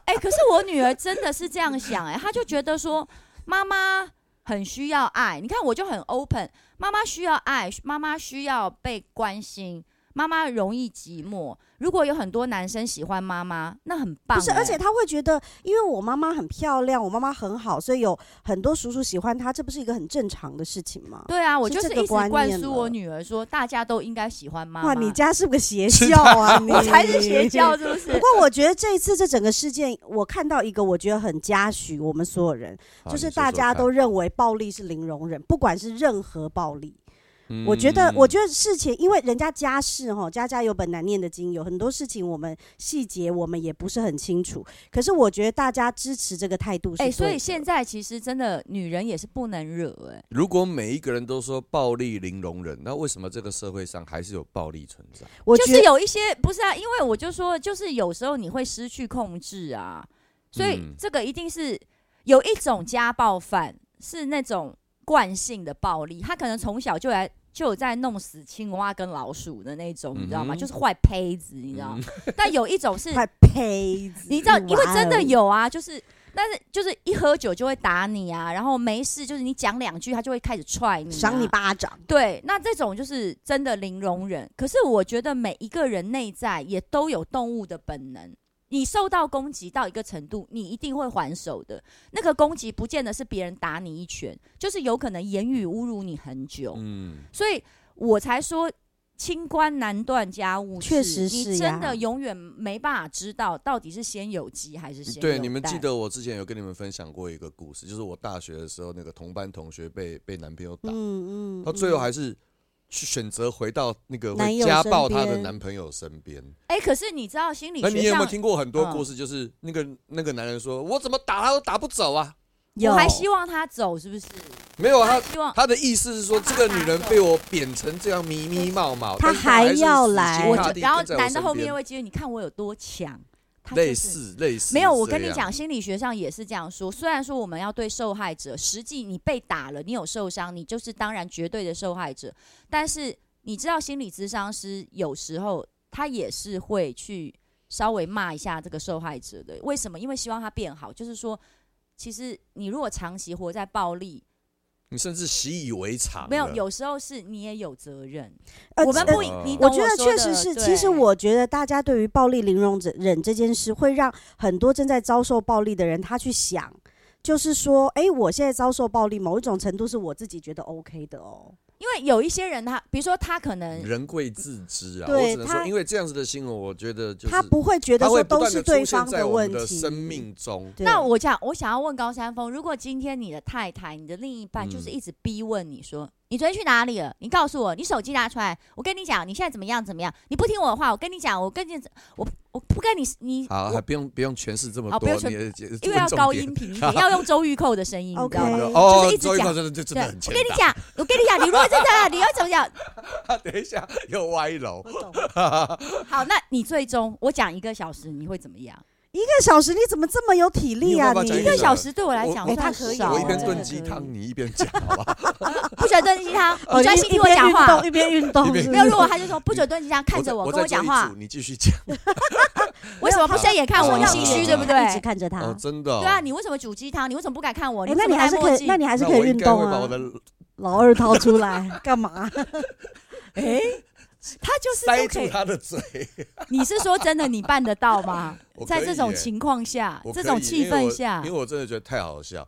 E: 哎、可是我女儿真的是这样想、哎，她就觉得说妈妈很需要爱。你看，我就很 open，妈妈需要爱，妈妈需要被关心，妈妈容易寂寞。如果有很多男生喜欢妈妈，那很棒、
C: 不是，
E: 哎
C: 而且他会觉得，因为我妈妈很漂亮，我妈妈很好，所以有很多叔叔喜欢她，这不是一个很正常的事情吗？
E: 对啊，我就是是
C: 这个
E: 一直
C: 观
E: 灌
C: 念
E: 输我
C: 了
E: 女儿说，大家都应该喜欢啊妈妈。
C: 哇，你家是不个邪教啊！你
E: 我才是邪教，。是不
C: 不
E: 是？
C: 过我觉得这一次这整个事件，我看到一个我觉得很嘉许我们所有人，就是大家都，认为暴力是零容忍，不管是任何暴力。
E: 嗯
C: 我觉
D: 嗯
C: 得，我觉得事情，因为人家家事哈，家家有本难念的经，有很多事情我们细节我们也不是很清楚。可是我觉得大家支持这个态度是
E: 哎、
C: 对的，
E: 所以现在其实真的女人也是不能惹、哎，
D: 如果每一个人都说暴力零容忍，那为什么这个社会上还是有暴力存在？
C: 我
E: 就
C: 觉
E: 是
C: 得
E: 有一些不是啊，因为我就说，就是有时候你会失去控制啊，所以
D: 嗯
E: 这个一定是有一种家暴犯是那种惯性的暴力，他可能从小就来。就有在弄死青蛙跟老鼠的那种，你知道吗？
D: 嗯哼
E: 就是坏胚子，你知道吗？ 但有一种 是
C: 快呸！
E: 你知道，因为
C: 嗯哇哦
E: 真的有啊，就是。但是就是一喝酒就会打你啊，然后没事就是你讲两句他就会开始踹你、啊，
C: 赏你。巴掌，
E: 对，那这种就是真的零容忍。可是我觉得每一个人内在也都有动物的本能，你受到攻击到一个程度，你一定会还手的。那个攻击不见得是别人打你一拳，就是有可能言语侮辱你很久。
D: 嗯，
E: 所以我才说清官难断家务事，
C: 确实是
E: 你
C: 呀
E: 真的永远没办法知道到底是先有鸡还是先有
D: 对，你们记
E: 蛋
D: 得我之前有跟你们分享过一个故事，就是我大学的时候，那个同班同学被被男朋友打，
C: 嗯嗯，
D: 到最后还是去选择回到那个
C: 男
D: 会
C: 友
D: 家暴
C: 身
D: 她的
C: 边
D: 男朋友身边。
E: 哎、可是你知道心理
D: 那
E: 学
D: 你有没有
E: 上，
D: 听过很多
E: 嗯
D: 故事？就是那个那个男人说：“我怎么打他都打不走啊
E: 我
C: 有
E: 还希望他走，是不是？！”
D: 没有
E: 我
D: 啊，
E: 还
D: 他
E: 希望。
D: 他的意思是说，这个女人被我贬成这样迷迷冒冒，
C: 她
D: 但是她还
C: 还要来
D: 是死
E: 我
D: 心塌
E: 就
D: 地
E: 然后
D: 跟在我
E: 男的
D: 身
E: 后面
D: 边
E: 会接你看我有多强，他就
D: 类
E: 是。
D: 似类似，
E: 没有，我跟你讲，，心理学上也是这样说。虽然说我们要对受害者，实际你被打了，你有受伤，你就是当然绝对的受害者。但是你知道，心理咨商师有时候他也是会去稍微骂一下这个受害者的。为什么？因为希望他变好。就是说，其实你如果长期活在暴力，
D: 你甚至习以为常了，
E: 没有，有时候是你也有责任。
C: 呃
E: 我们不，
D: 呃
E: 你懂
C: 我觉得
E: 说
C: 确实
E: 的
C: 是，
E: 对
C: 其实我觉得大家对于暴力零容忍忍这件事，会让很多正在遭受暴力的人，他去想，就是说，哎，我现在遭受暴力，某一种程度是我自己觉得 OK 的哦。
E: 因为有一些人他，比如说他可能
D: 人贵自知啊。我
C: 对
D: 只能说，
C: 他
D: 因为这样子的新闻，我觉得就是
C: 他不会觉得
D: 它
C: 说
D: 会不
C: 都
D: 断
C: 是
D: 地
C: 对
D: 出
C: 方
D: 现在我们
C: 问
D: 的
C: 题。
D: 生命中。
C: 对，
E: 那我想，我想要问高山峰，如果今天你的太太、你的另一半就是
D: 嗯
E: 一直逼问你说、你昨天去哪里了？你告诉我，你手机拿出来，我跟你讲，你现在怎么样怎么样？你不听我的话，我跟你讲，我跟你我我不跟你你
D: 好，还
E: 我
D: 不用不用诠释这么
E: 哦不
D: 多，
E: 用
D: 你
E: 诠
D: 也
E: 因为要高音，频一点， 要用周玉蔻的声音，你知
C: OK
E: 道吗？
C: 对
D: 哦
E: 就是一，直
D: 周玉
E: 讲
D: 蔻真的就
E: 对
D: 真的很，
E: 我
D: 欠
E: 跟你
D: 打。
E: 讲，我跟你讲，你如果真的你要怎么讲？
D: 等一下又歪楼，
E: 好，那你最终我讲一个小时，你会怎么样？
C: 一个小时你怎么这么有体力啊？
D: 你有办法
C: 你
D: 讲
E: 一
D: 个
E: 个
D: 小
E: 小时对我来讲
D: 我
C: 哎他
E: 算
C: 可以
E: 少
C: 哦
D: 我一边
E: 真的
D: 炖
E: 可
D: 鸡
E: 以
D: 汤，你一边讲，好吧？
E: 不准炖鸡汤，
C: 哦
E: 你专心
C: 一
E: 听我讲话。
C: 一边运动一
D: 啊一
C: 边运动是不
D: 边
E: 没
C: 是
E: 有，如果他就说不准炖鸡汤，看着
D: 我
E: 我
D: 再
E: 跟我
D: 再
E: 讲
D: 做一
E: 话
D: 组，你继续讲。
E: 为什么不先也看我？
D: 我
E: 你
D: 要
E: 心虚
D: 一
E: 对不对？
C: 一直看着他。
D: 哦，真的哦。
E: 对啊，你为什么煮鸡哦汤？你为什么不敢看我？为
C: 哎，那
E: 什
C: 你
E: 么
C: 还
E: 戴
C: 是
E: 墨
C: 可以，
E: 镜？
C: 那你还是
D: 那
C: 可以
D: 我
C: 运
D: 应该
C: 动
D: 会把我
C: 啊。
D: 的
C: 老二掏出 来干 嘛？
E: 哎，他就是
D: 塞
E: 都可
D: 住
E: 以。
D: 他的嘴。
E: 你是说真的，你办得到吗
D: 我？可以
E: 在这种
D: 耶
E: 情况下
D: 我，
E: 这
D: 可
E: 种
D: 以
E: 气
D: 因为
E: 氛
D: 我
E: 下
D: 因为，我真的觉得太好笑。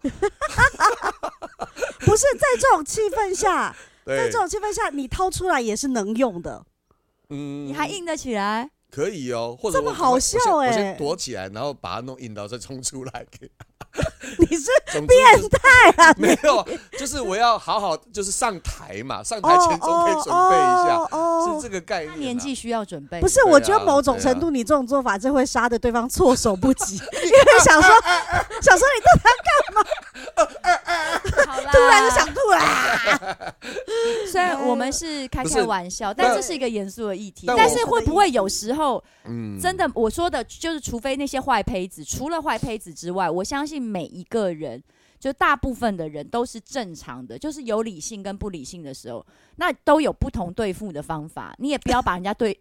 C: 不是在这种气氛下，在
D: 对
C: 这，种气氛下，你掏出来也是能用的。
D: 嗯
E: 你还硬得起来？
D: 可以哦，或者
C: 这么
D: 我
C: 好
D: 我先
C: 笑
D: 我
C: 哎
D: 先躲起来，然后把它弄硬到再冲出来 给。
C: 你是
D: 总变态啊！ 没有，就是我要好好，就是上台嘛，上台前总可以准备一下，
C: 哦哦
D: 是这个概念、
E: 他
D: 啊。
E: 年纪需要准备。
C: 不是，
D: 对啊
C: 我觉得某种程度你这种做法就会杀得对方措手不 及，因为想说想说你
E: 好啦，
C: 突然就想吐
D: 啊
C: 啊啦。
E: 虽然我们是开
D: 哦不
E: 开
D: 是
E: 玩笑，
D: 但
E: 但这是一个严肃的议题。
D: 但
E: 但
D: 我
E: 是会不会有时候
D: 嗯
E: 真的，我说的就是，除非那些坏胚子，除了坏胚子之外，我相信每一个人，就大部分的人都是正常的，就是有理性跟不理性的时候，那都有不同对付的方法。你也不要把人家 对，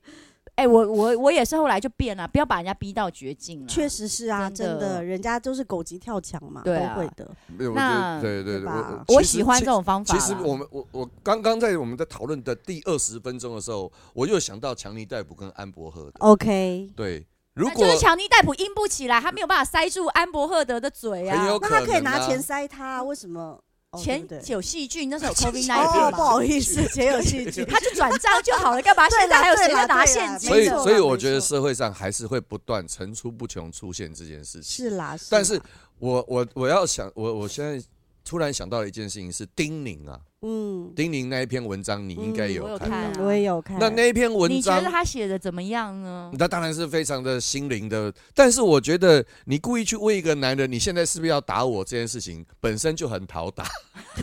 E: 哎、我我我也是后来就变了，不要把人家逼到绝境了。
C: 确实是啊，真
E: 真的
C: 的，人家就是狗急跳墙嘛，
E: 对啊
C: 都会的。
D: 没有，我觉
E: 那
D: 得对对
C: 对
D: 对，
C: 吧
D: 我
E: 我
D: 其实
E: 喜欢
D: 其
E: 这种方法啊
D: 其
E: 啦。
D: 实我们我我刚刚在我们在讨论的第二十分钟的时候，我又想到强尼戴普跟安博赫的。
C: OK，
D: 对，如
E: 那
D: 果
E: 就是强尼戴普啊硬不起来，他没有办法塞住安博赫德的嘴
D: 很
E: 啊
D: 有。
C: 那
D: 可能、
C: 他
D: 啊，
C: 可以拿钱塞他，为什么？哦
E: 前
C: 对不对
E: 有细菌，那 时候有 COVID
C: 哦
E: nineteen，
C: 不好意 思，前有细菌。
E: 他就转账就好了，干嘛
C: 对啦
E: 现在还有谁
C: 对啦
E: 在拿
C: 对啦
E: 现金
D: 所以
C: 没错啦
D: 所以我
C: 没错
D: 觉得社会上还是会不断层出不穷出现这件事情。
C: 是啦，
D: 但
C: 是
D: 是
C: 啦
D: 我我我要想，我我现在突然想到了一件事情，是丁宁啊，
C: 嗯，
D: 丁宁那一篇文章你应
E: 嗯
D: 该
E: 我
D: 有
E: 有
D: 看
E: 看
D: 到。
E: 啊
C: 我也有看。
D: 那那一篇文
E: 你觉
D: 章
E: 得，他写的怎么样呢？
D: 那当然是非常的心灵的，但是我觉得你故意去问一个男人，你现在是不是要打我这件事情，本身就很 讨打。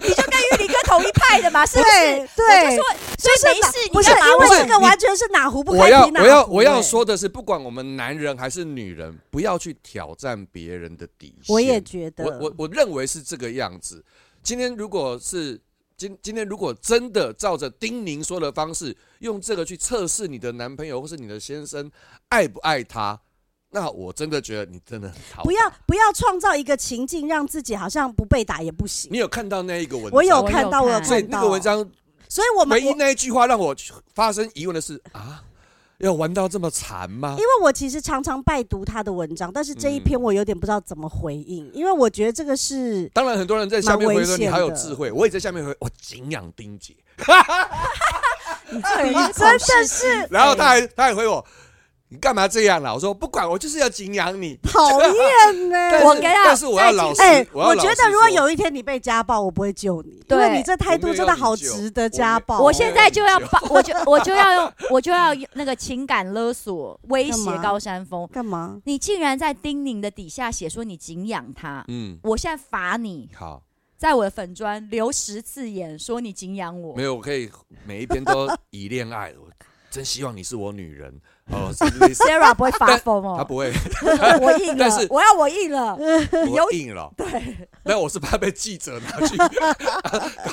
E: 你就跟玉林哥同一派的嘛，是不
C: 对
E: 是？我
C: 对
E: 就，说，所
C: 就是
E: 以没
C: 哪
E: 事，
C: 不
E: 你
C: 是
E: 干嘛
C: 因
E: 问
C: 为
D: 问
C: 这个
D: 你
C: 完全是哪壶不
D: 我
C: 开
D: 要
C: 提哪
D: 我要
C: 壶
D: 我要
C: 欸，
D: 说的是，不管我们男人还是女人，不要去挑战别人的底线。
C: 我也觉得，
D: 我我我认为是这个样子。今天如果是今今天如果真的照着丁宁说的方式，用这个去测试你的男朋友或是你的先生爱不爱他，那我真的觉得你真的很讨厌
C: 不要不要创造一个情境，让自己好像不被打也不行。
D: 你有看到那一个文章？
C: 我有
E: 我有
C: 看到，我有
E: 看
D: 所以
C: 看
D: 那
C: 到
D: 个文，章
C: 所以我们
D: 唯一
C: 我
D: 那一句话让我发生疑问的是啊，要玩到这么惨吗
C: 因？为我其实常常拜读他的文章，但是
D: 嗯
C: 这一篇我有点不知道怎么回应，因为我觉得这个是
D: 当然，很多人在下面回
C: 蛮危
D: 说
C: 险的
D: 你好有智慧，我也在下面回我敬仰丁姐，
E: 你哎这个人就是恐世
C: 真的是
D: 然后
E: 嗯
D: 他还他还回我，你干嘛这样啦？我说不管，我就是要敬仰你。
C: 讨 厌呢、
D: 但是
E: 嗯我跟你讲
D: 但是我要老实，
C: 哎、
D: 要
C: 我
D: 老
C: 觉
D: 实
C: 得如果
D: 说
C: 有一天你被家暴，我不会救你，因
E: 对
C: 为你这态
D: 我
C: 度
D: 没有
C: 真的
D: 要你
C: 好
D: 救
C: 值得
D: 我
C: 家
D: 没
C: 暴哦、
E: 我现在就要
D: 我有
E: 把，我就我就要用， 我就要用那个情感勒索威
C: 干
E: 胁
C: 嘛
E: 高山峰。
C: 干嘛？
E: 你竟然在丁宁的底下写说你敬仰他，
D: 嗯，
E: 我现在罚你，
D: 好，
E: 在我的粉砖留十次言，说你敬仰我
D: 没。有，我可以每一篇都以恋爱，我真希望你是我女人哦，是类似
E: Sarah 不会发疯
D: 他
E: 哦，
D: 不会，
E: 我硬了
D: 但是，
E: 我要我硬了。
D: 我硬了，对，但我是怕被记者 拿去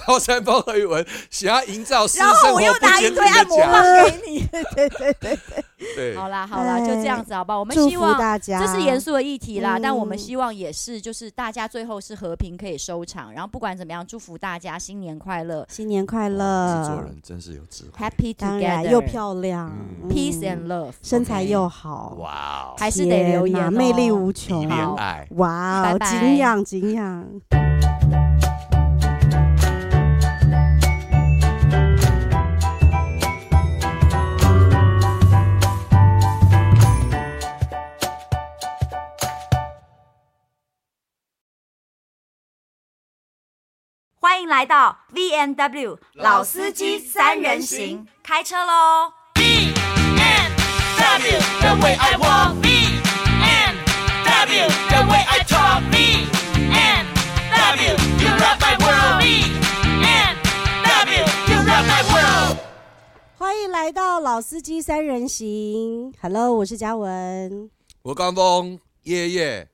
D: 高山峰和宇文想要营造私
E: 然
D: 生
E: 后
D: 活
E: 我又
D: 不
E: 拿
D: 检
E: 一
D: 点
E: 堆按
D: 的
E: 摩
D: 家，
E: 棒 给你。
C: 对对对，
D: 对，
E: 好啦好啦，就这样子好吧。我们
C: 祝
E: 希
C: 福
E: 望
C: 大家，
E: 哎这是严肃的议题啦，
C: 嗯
E: 但我们希望也是就是大家最后是和平可以收场，然后不管怎么样，祝福大家新年快乐
C: 新年快
D: 哇
C: 乐，
D: 制作人真是有智慧，
E: ，Happy
C: 当然
E: Together，
C: 又漂亮、
D: 嗯
E: ，Peace
C: 嗯
E: and Love，
C: 身材
D: OK
C: 又好，
D: 哇哦，
E: 还是得留
C: 天
E: 言
C: 哪
E: 哦，
C: 魅力无
D: 以
C: 穷，啊
D: 恋爱。
C: 哇哦，
E: 拜拜
C: 敬仰敬仰。
A: 欢迎来到 V N W 老司机三人行，开车喽！
B: B&W, the way I walk. B&W, the way I talk. B&W, you rock my world. B&W, you rock my world.
C: 欢迎来到老司机三人行。Hello，我是嘉文。
D: 我刚峰，夜夜，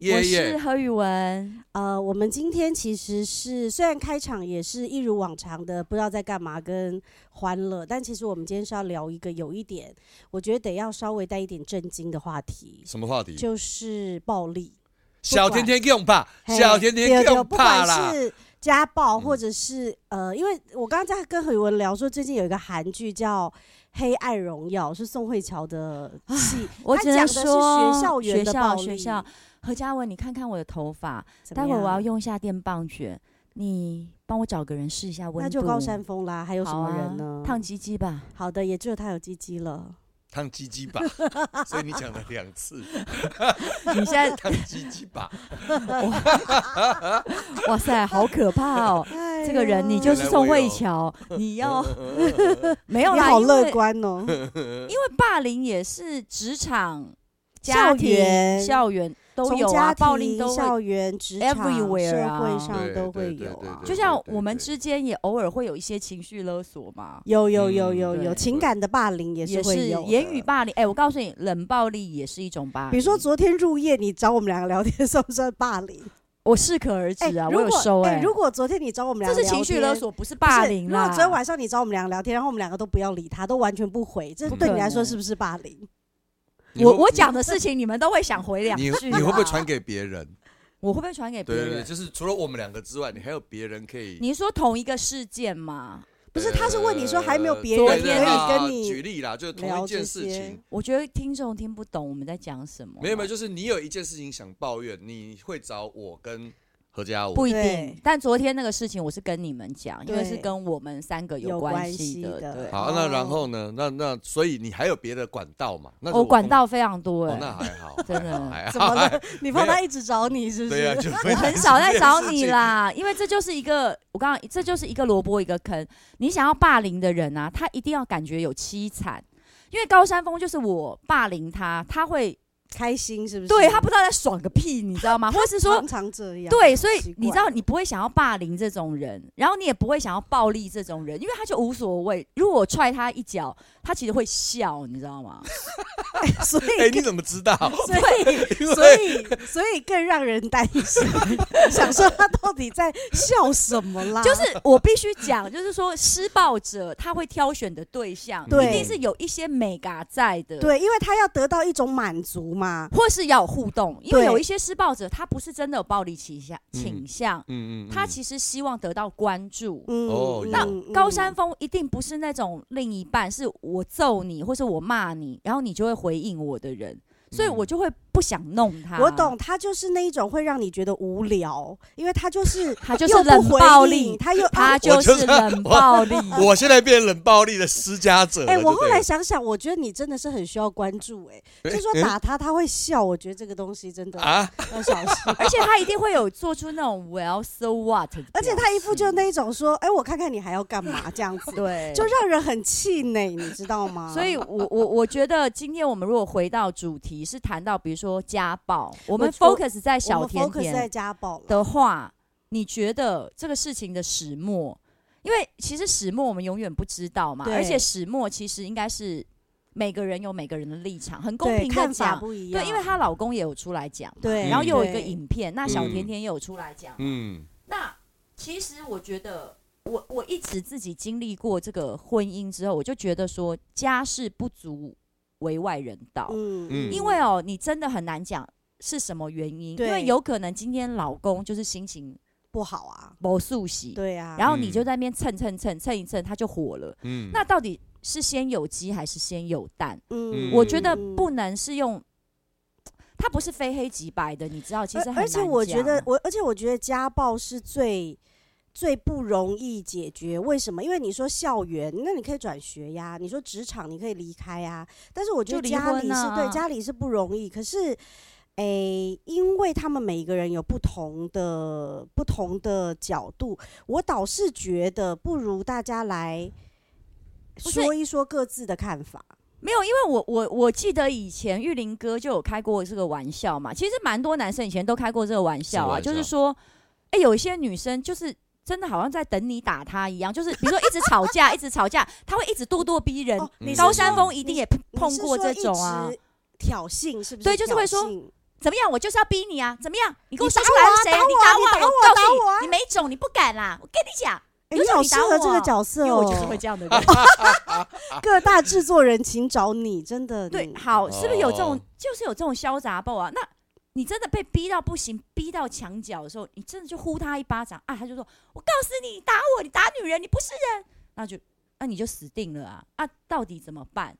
E: 我
D: 夜
E: 是
D: 夜，
E: 何宇文，
C: 呃，我们今天其实是虽然开场也是一如往常的不知道在干嘛跟欢乐，但其实我们今天是要聊一个有一点，我觉得得要稍微带一点震惊的话题，
D: 什么话题？
C: 就是暴力。
D: 小
C: 管
D: 甜甜用吧，
C: 嘿
D: 小甜甜
C: 对对
D: 用
C: 不
D: 怕
C: 管
D: 啦。
C: 是家暴，
D: 嗯
C: 或者是、呃，因为我刚刚在跟何宇文聊说，最近有一个韩剧叫《黑暗荣耀》，是宋慧乔的戏，
E: 啊我
C: 她
E: 只能
C: 讲的是
E: 说
C: 学校园
E: 学
C: 的
E: 校
C: 暴力
E: 学校。何嘉文，你看看我的头发，
C: 怎么
E: 待会儿我
C: 样
E: 要用一下电棒卷，你帮我找个人试一下温度。
C: 那就高山峰啦，还有什
E: 好
C: 么
E: 啊
C: 人呢？
E: 烫鸡鸡吧。
C: 好的，也只有他有鸡鸡了。
D: 烫鸡鸡 吧，所以你讲了两次
E: 你现在
D: 烫鸡鸡吧，
E: 哇塞，好可怕哦！
C: 哎
E: 这个人你
C: 呀
E: 就是宋
D: 原来我哦
E: 慧
D: 有
E: 乔，你 要 没有
C: 你
E: 啦，
C: 好
E: 因
C: 乐
E: 为
C: 观哦。
E: 因为霸凌也是职场、
C: 校
E: 家庭
C: 园
E: 校园都
C: 从
E: 有
C: 家
E: 啊，
C: 庭
E: 暴力都会。
C: 校园、职场、
E: everywhere
C: 社
E: 啊
C: 会上
D: 对
C: 都
D: 对
C: 会
D: 对
C: 有
D: 对
C: 啊。
D: 对
E: 就
C: 就
E: 像
D: 对
E: 我们
D: 对
E: 之间也偶尔会有一些情绪勒索嘛，
C: 有有有
D: 嗯
C: 有有
E: 对
C: 情感的霸凌也
E: 也
C: 是
E: 是
C: 会有。
E: 言语霸凌。哎，我告诉你，冷暴力也是一种霸凌。
C: 比如说，昨天入夜你找我们两个聊天，算不算霸凌？
E: 我适可而止啊，
C: 如
E: 我
C: 果
E: 有收
C: 哎、
E: 哎，
C: 如果昨天你找我们俩
E: 这
C: 聊
E: 是情
C: 天，
E: 绪勒索，不是
C: 不是。
E: 霸凌啊
C: 如果
E: 啦。
C: 昨天晚上你找我们两个聊天，然后我们两个都不要理他，都完全不回，这
D: 不
C: 对
E: 可
C: 你来说
E: 能
C: 是不是霸
D: 呃
C: 凌？
D: 你
E: 我
D: 会
E: 我讲的事情，你们都会想回两
D: 你
E: 句
D: 你
E: 啊。
D: 会不会传给别人？
E: 我会不会传给别
D: 对对对，
E: 人？
D: 就是除了我们两个之外，你还有别人可以。呃
E: 你说同一个事件嘛？
C: 不是他是问你说还没有别
E: 人
D: 对对对
E: 可以
D: 啊
C: 跟你
D: 举例啦，就是同
C: 聊
D: 一
C: 这
D: 件事
C: 些
D: 情，
E: 我觉得听众听不懂我们在讲什么。
D: 没有没有，，就是你有一件事情想抱怨，你会找我跟何家武。
E: 不一定
C: 对。
E: 但昨天那个事情，我是跟你们讲，因为
C: 对
E: 是跟我们三个
C: 有
E: 关
C: 关系
E: 的。
C: 的
E: 对，
D: 啊
E: 哦
D: 好，那然后呢？那那所以你还有别的管道嘛？那如
E: 我哦
D: 果
E: 管道非常多，
D: 哦，
E: 哎
D: 那还 好，
E: 真 的
D: 还
C: 怎么
D: 好，
C: 了？你怕
D: 没有
C: 他一直找你是不
D: 对呀，
C: 是？
D: 就哎 我
E: 很少在找你。啦，因为这就是一 个，我刚刚这就是一个萝卜一个坑。你想要霸凌的人啊，他一定要感觉有凄惨，因为高山峰就是我霸凌他，他会
C: 开心是不是？
E: 对他不知道在爽个屁，你知道吗？或是说
C: 常常这样。
E: 对，所
C: 奇
E: 以你知
C: 怪
E: 道，你不会想要霸凌这种人，然后你也不会想要暴力这种人，因为他就无所谓。如果我踹他一脚，他其实会笑，你知道 吗？
C: 所
D: 哎，
C: 以
D: 你怎么知 道？
C: 所以所以所以更让人担 心，想说他到底在笑什么啦？
E: 就是我必须讲，就是说施暴者他会挑选的对象，
C: 对
E: 一定是有一些美嘎在的，，
C: 对，因为他要得到一种满足嘛。
E: 或是要有互动，因为
C: 对
E: 有一些施暴者他不是真的有暴力倾向倾向，
D: 嗯嗯，嗯
E: 他其实希望得到关注。
C: 嗯，
D: 哦
C: 嗯
D: 那
C: 嗯
E: 高山峰一定不是那种另一半是我揍你或是我骂你，然后你就会回应我的人，所以我就会不想弄他。
C: 我懂，，他就是那一种会让你觉得无聊，因为他 就是
E: 他就是
C: 又不
E: 冷
C: 回
E: 暴
C: 应，
E: 力，
C: 他又
E: 他
C: 啊
E: 就是冷暴力。
D: 我现在变冷暴力的施加者了。
C: 哎、
D: 对
C: 我
D: 不
C: 后
D: 对
C: 来想想，我觉得你真的是很需要关注、哎，就说打他他会笑，我觉得这个东西真的
D: 啊，
C: 要小 心。
E: 而且他一定会有做出那种 well so what，的
C: 而且他一副就
E: 表
C: 那一种说，哎、我看看你还要 干嘛这样子
E: 情，对，啊
C: 就让人很气馁，你知道吗？
E: 所以我，我我觉得今天我们如果回到主题，是谈到比如说家暴，我们
C: 我
E: focus 在
C: 我
E: 小
C: 们
E: 甜
C: focus 在
E: 甜
C: 家暴了，
E: 的话，你觉得这个事情的始末？因为其实始末我们永远不知道嘛，
C: 对
E: 而且始末其实应该是每个人有每个人的立场，很公
C: 对
E: 平的
C: 看法
E: 讲。
C: 不一样，
E: 对，因为她老公也有出来讲嘛，
C: 对
E: 然后又有一个
C: 对
E: 影片，那小甜
D: 嗯
E: 甜也有出来讲。
D: 嗯，
E: 那其实我觉得，我我一直自己经历过这个婚姻之后，我就觉得说家事不足为外人道，
C: 嗯
D: 嗯
E: 因为哦，你真的很难讲是什么原因，
C: 对
E: 因为有可能今天老公就是心情
C: 不好啊，
E: 不素喜，
C: 对啊，
E: 然后你
D: 嗯
E: 就在那边蹭蹭蹭蹭一蹭，他就火了。
D: 嗯
E: 那到底是先有鸡还是先有蛋？
C: 嗯
E: 我觉得
C: 嗯
E: 不能是用。它不是非黑即白的，你知道，其实
C: 而
E: 很
C: 而且
E: 难
C: 我觉
E: 讲
C: 得，我而且我觉得家暴是最最不容易解决。为什么？因为你说校园，那你可以转学呀；你说职场，你可以离开呀。但是我觉
E: 就
C: 得
E: 离
C: 家
E: 婚
C: 里是、
E: 啊
C: 对家里是不容易。可是，诶、因为他们每一个人有不同的不同的角度，我倒是觉得不如大家来
E: 不是
C: 说一说各自的看法。
E: 没有，因为我我我记得以前玉林哥就有开过这个玩笑嘛，其实蛮多男生以前都开过这个玩笑啊，
D: 什么玩笑
E: 就是说，哎、有一些女生就是真的好像在等你打她一样，就是比如说一直吵 架，一直吵架，她会一直咄咄逼人。
C: 哦，你
D: 嗯
C: 是
E: 高
C: 说
E: 山峰一定
C: 你
E: 也碰碰过这种啊
C: 你是说一直，挑衅是不是？
E: 对就是会说
C: 挑衅
E: 怎么样？我就是要逼你啊！怎么样？你给我
C: 你
E: 说
C: 打
E: 出来
C: 我啊
E: 是谁啊？
C: 打
E: 你
C: 我啊
E: 打我啊！
C: 你打我
E: 我告
C: 打我
E: 诉
C: 啊
E: 你，你没种，你不敢啦！我跟你讲，
C: 哎、
E: 有
C: 你
E: 种
C: 好
E: 你
C: 适
E: 打
C: 合这
E: 我
C: 个角色
E: 因
C: 哦，
E: 为我就是会这样的人。
C: 各大制作人请找你，真的
E: 对，
C: 你
E: 好，是不是有这种
D: 嗯哦，
E: 就是有这种潇洒 b 啊？那你真的被逼到不行，逼到墙角的时候，你真的就呼他一巴掌啊，他就说：“我告诉你，你打我，你打女人，你不是人。”那就那你就死定了啊！啊，到底怎么办？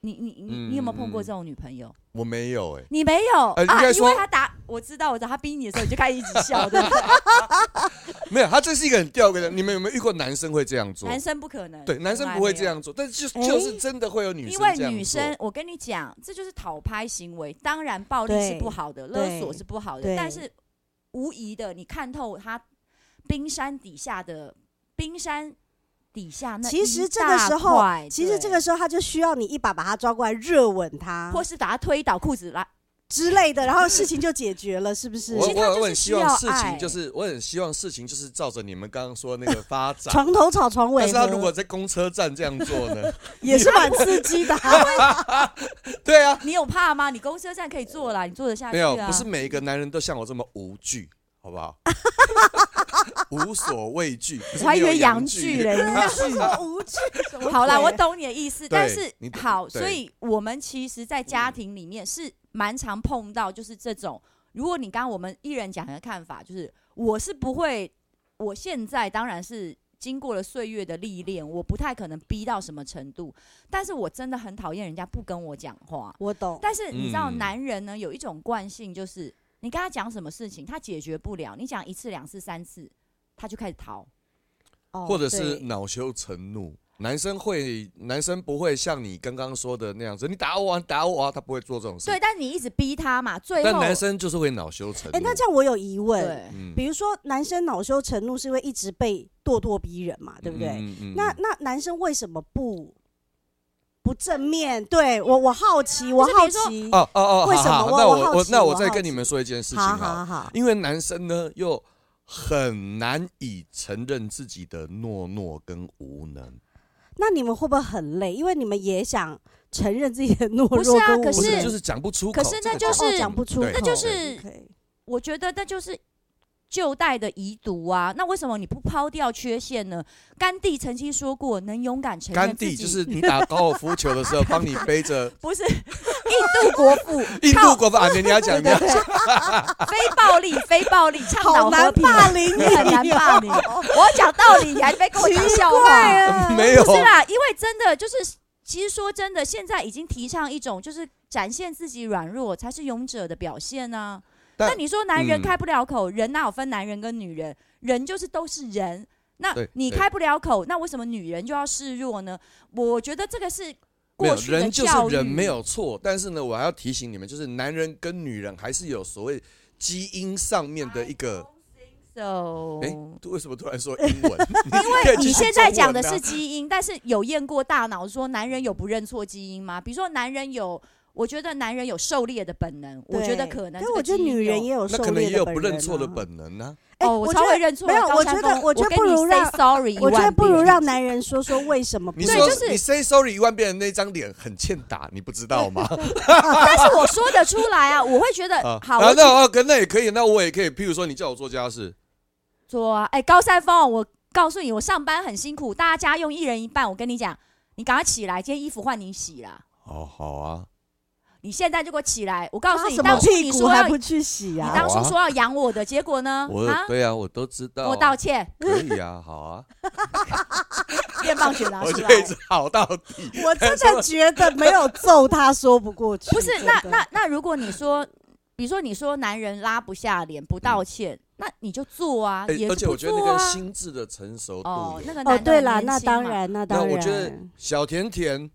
E: 你你你你有没有碰过这种女朋友？
D: 我没有哎、
E: 你没有
D: 嗯呃应
E: 啊？
D: 该
E: 因为
D: 说
E: 他打，我知道，我知道，他逼你的时候，你就开始一直笑，对不 对？
D: 没有，他这是一个很吊诡的。你们有没有遇过男生会这样做？
E: 男生不可能，
D: 对，男生
E: 从来
D: 不会
E: 没
D: 这
E: 有
D: 样做，但是就
C: 哎
D: 就是真的会有女生
E: 因
D: 这样
E: 为
D: 做。
E: 女生，我跟你讲，这就是讨拍行为。当然，暴力
C: 对
E: 是不好的，勒索
C: 对
E: 是不好的，
C: 对
E: 但是无疑的，你看透他冰山底下的冰山底下那
C: 其实
E: 一
C: 这个
E: 大
C: 时候
E: 块
C: 其实
E: 对
C: 这个时候他就需要你一把把他抓过来，热吻他
E: 或是把他推倒裤子来，
C: 之类的，然后事情就解决了，是不是？
D: 我
E: 其实他
D: 我
E: 就是
D: 我很希
E: 需要
D: 望事
E: 爱
D: 情就是，我很希望事情就是照着你们刚刚说的那个发展。
C: 床头吵床尾
D: 但
C: 和，
D: 是他如果在公车站这样做呢？
C: 也是蛮刺激的啊、
D: 对啊，
E: 你有怕吗？你公车站可以坐啦，你坐得下去
D: 没有，
E: 啊？
D: 不是每一个男人都像我这么无惧， 好不好？无所畏惧，不是
E: 我还以
D: 没有
E: 为
D: 阳
E: 洋
D: 具
E: 剧嘞，
C: 无 趣无趣。
E: 好啦，
C: 鬼
E: 我懂你的意思，
D: 对
E: 但是
D: 你懂
E: 好，
D: 对
E: 所以我们其实，在家庭里面是蛮常碰到，就是这种。如果你刚刚我们一人讲的看法，就是我是不会，我现在当然是经过了岁月的历练，我不太可能逼到什么程度，但是我真的很讨厌人家不跟我讲话。
C: 我懂，
E: 但是你知道，
D: 嗯
E: 男人呢有一种惯性，就是你跟他讲什么事情，他解决不了，你讲一次、两次、三次，他就开始
D: 嗯
E: 逃。
C: 哦
D: 或者是
C: 对
D: 恼羞成怒。男生会，男生不会像你刚刚说的那样子，你打我啊，你打我啊，他不会做这种事
E: 对，。但你一直逼他嘛，最后
D: 但男生就是会恼羞成怒。
C: 哎、那这样我有疑问，
E: 对。
D: 嗯，
C: 比如说男生恼羞成怒是会一直被咄咄逼人嘛，对不对？
D: 嗯嗯
C: 那那男生为什么不不正面对我？我好奇，我
E: 是比
C: 好
E: 如说
C: 奇，
D: 哦哦哦，
C: 为什么
D: 好好
C: 我
D: 那
C: 我
D: 我
C: 好
D: 我
C: 奇
D: 那
C: 我
D: 我再
C: 好
D: 跟你
C: 奇
D: 们说一件事情
C: 好
D: 哈
C: 好，好，
D: 因为男生呢又很难以承认自己的懦弱跟无能。
C: 那你们会不会很累？因为你们也想承认自己的懦
E: 不是
C: 弱
E: 啊
C: 跟无
E: 可
D: 不是，
E: 是
D: 就是讲不出
E: 可
D: 口。
E: 是
D: 这
E: 那
D: 个
E: 就
D: 讲
E: 是
C: 哦讲不出口，
D: 对
E: 那就是
C: 对
E: 我觉得那就是旧代的遗毒啊。那为什么你不抛掉缺陷呢？甘地曾经说过，能勇敢承认
D: 甘
E: 自己
D: 地，就是你打高尔夫球的 时候，帮你背着
E: 不是 印度国父，
D: 印度
E: 靠
D: 国啊，你你要 讲一下，
E: 非暴力、非暴力倡导
C: 好
E: 和
C: 难啊
E: 平，
C: 霸凌你
E: 你很难霸凌。我讲道理，你还没跟我讲笑话。
D: 没有
E: 不是啦，因为真的就是，其实说真的，现在已经提倡一种就是展现自己软弱才是勇者的表现呢、
D: 但
E: 那你说男人
D: 嗯
E: 开不了口，人哪有分男人跟女人？人就是都是人。那
D: 对
E: 你
D: 对
E: 开不了口，那为什么女人就要示弱呢？我觉得这个是
D: 没有
E: 过去的
D: 人就
E: 教育，
D: 是人没有错，但是呢，我还要提醒你们，就是男人跟女人还是有所谓基因上面的一个。
E: So，、
D: 哎，为什么突然说英 文？因
E: 哦你现在讲 的
D: 啊
E: 是基因，但是有验过大脑说男人有不认错基因吗？比如说男人有，我觉得男人有狩猎的本能，我觉得可能
C: 可
E: 这
C: 是
E: 个
C: 我
E: 基
C: 觉
E: 因有。哦
C: 得女人也有
D: 那
C: 狩
D: 可能
C: 猎
D: 也
C: 的
D: 有
C: 本
D: 不
C: 能
D: 认错的
C: 啊。
D: 本能呢。
C: 哎，
E: 哦，我
C: 觉
E: 超会
C: 得
E: 认错。
C: 没有，
E: 高
C: 我
E: 山
C: 觉得
E: 峰
C: 我觉得
E: 跟
C: 不
E: 你
C: 如
E: say
C: 让，
E: sorry，
C: 我觉得
E: 万
C: 不如
E: 遍
C: 让男人说说为什么不
D: 你
E: 对
D: 说
E: 就是
D: 你 say sorry 一万遍那张脸很欠打，你不知道吗？
E: 但是我说得出来啊，我会觉得
D: 啊，
E: 好。
D: 啊
E: 我
D: 那哦，跟那也可以，那我也可以。譬如说，你叫我做家事，
E: 做啊，哎，高山峰，我告诉你，我上班很辛苦，大家家用一人一半。我跟你讲，你赶快起来，今天衣服换你洗了。
D: 哦，好啊，
E: 你现在就给我起来！我告诉
C: 他
E: 你，
C: 啊什么
E: 当初
C: 屁
E: 你
C: 股
E: 说
C: 还
E: 要，
C: 不
E: 你
C: 去洗
D: 好
C: 啊？
E: 当初说要养我的，结果呢？
D: 我
E: 啊，
D: 对啊，我都知道啊，
E: 我道歉，
D: 可以啊，好啊，
E: 电棒拳拿
D: 我
E: 出
D: 就
E: 来。
D: 一直好到底。
C: 我真的觉得没有揍他说不过去。
E: 不是，
C: 真
E: 那
C: 的
E: 那那，如果你说，比如说你说男人拉不下脸不道歉，那你就做啊，
D: 嗯哎
E: 也
D: 而
E: 是
D: 且我
E: 不
D: 觉得那
E: 做
D: 跟
E: 啊。
D: 心智的成熟度
E: 哦，
D: 有
E: 那个
C: 哦，
E: 男的
C: 对啦，
E: 很年
C: 那
E: 轻嘛
C: 当。然，那
D: 那
C: 当然。
D: 我觉得小甜甜，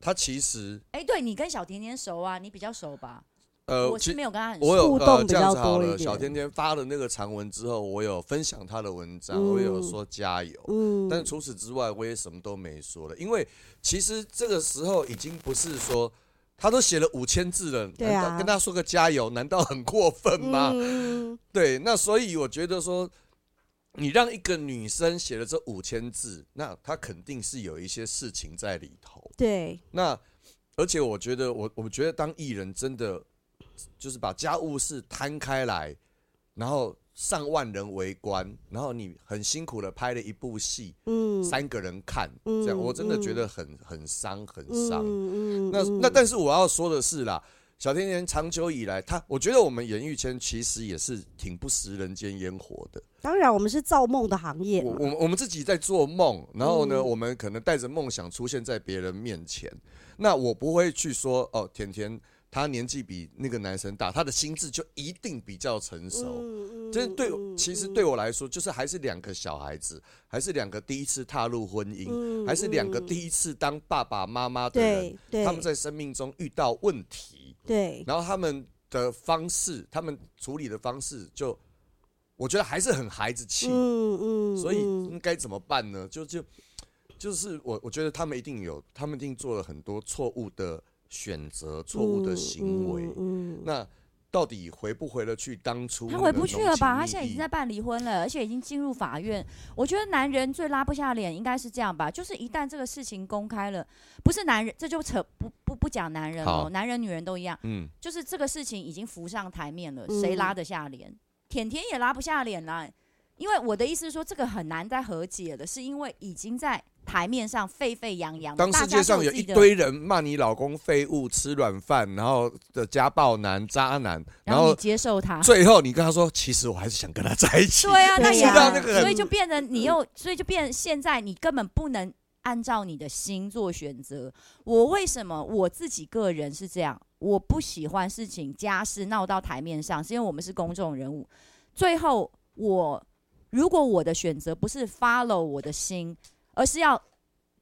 D: 她其实
E: 哎，对你跟小甜甜熟啊，你比较熟吧？
D: 呃
E: 我，
D: 其
E: 是没有跟他很熟。
D: 我有
C: 互
D: 呃
C: 动比
D: 这样
C: 较
D: 子好
C: 多一
D: 了。
C: 点
D: 小甜甜发了那个长文之后，我有分享她的文章，
C: 嗯
D: 我有说加油。
C: 嗯，
D: 但除此之外，我也什么都没说了，因为其实这个时候已经不是说她都写了五千字了，
C: 对啊
D: 难道跟她说个加油，难道很过分吗？
C: 嗯，
D: 对，那所以我觉得说，你让一个女生写了这五千字，那她肯定是有一些事情在里头。
C: 对，
D: 那而且我觉得我我觉得当艺人真的就是把家务事摊开来，然后上万人围观，然后你很辛苦的拍了一部戏，
C: 嗯
D: 三个人看，
C: 嗯
D: 这样我真的
C: 嗯
D: 觉得很很伤很
C: 嗯
D: 伤。
C: 嗯
D: 那那但是我要说的是啦，小甜甜长久以来，她我觉得我们演艺圈其实也是挺不食人间烟火的。
C: 当然我们是造梦的行业
D: 我
C: 嘛，
D: 我们我们自己在做梦，然后呢，
C: 嗯
D: 我们可能带着梦想出现在别人面前。那我不会去说哦，甜甜她年纪比那个男生大，她的心智就一定比较成熟。
C: 嗯嗯
D: 就是对我，
C: 嗯
D: 其实对我来说，就是还是两个小孩子，还是两个第一次踏入婚姻，
C: 嗯
D: 还是两个
C: 嗯
D: 第一次当爸爸妈妈的人，
C: 对对，
D: 他们在生命中遇到问题，
C: 对
D: 然后他们的方式，他们处理的方式就，我觉得还是很孩子气。
C: 嗯嗯，
D: 所以
C: 嗯
D: 应该怎么办呢？就就就是我我觉得他们一定有，他们一定做了很多错误的选择、错误的行为。
C: 嗯，嗯
D: 那到底回不回得去当初？
E: 他回不去了吧？他现在已经在。办离婚了，而且已经进入法院。我觉得男人最拉不下脸应该是这样吧，就是一旦这个事情公开了，不是男人，这就扯不不不讲男人哦
D: 好，
E: 男人女人都一样，
D: 嗯，
E: 就是这个事情已经浮上台面了，
C: 嗯
E: 谁拉得下脸？甜甜也拉不下脸啦。因为我的意思是说，这个很难再和解了，是因为已经在台面上沸沸扬扬了。
D: 当世
E: 嗯大
D: 界
E: 家
D: 上
E: 都
D: 有
E: 自己
D: 一
E: 的
D: 堆人骂你老公废物、吃软饭，然后的家暴男、渣男，
E: 然
D: 然
E: 后你
D: 后
E: 接受他，
D: 最后你跟他说，其实我还是想跟他在一起。
E: 对啊，那
C: 对
E: 也
C: 啊
E: 很
D: 那个很
E: 所以就变成你又，所以就变成现在你根本不能按照你的心做选择。我为什么我自己个人是这样？我不喜欢事情家事闹到台面上，是因为我们是公众人物。最后我如果我的选择不是 follow 我的心，而是要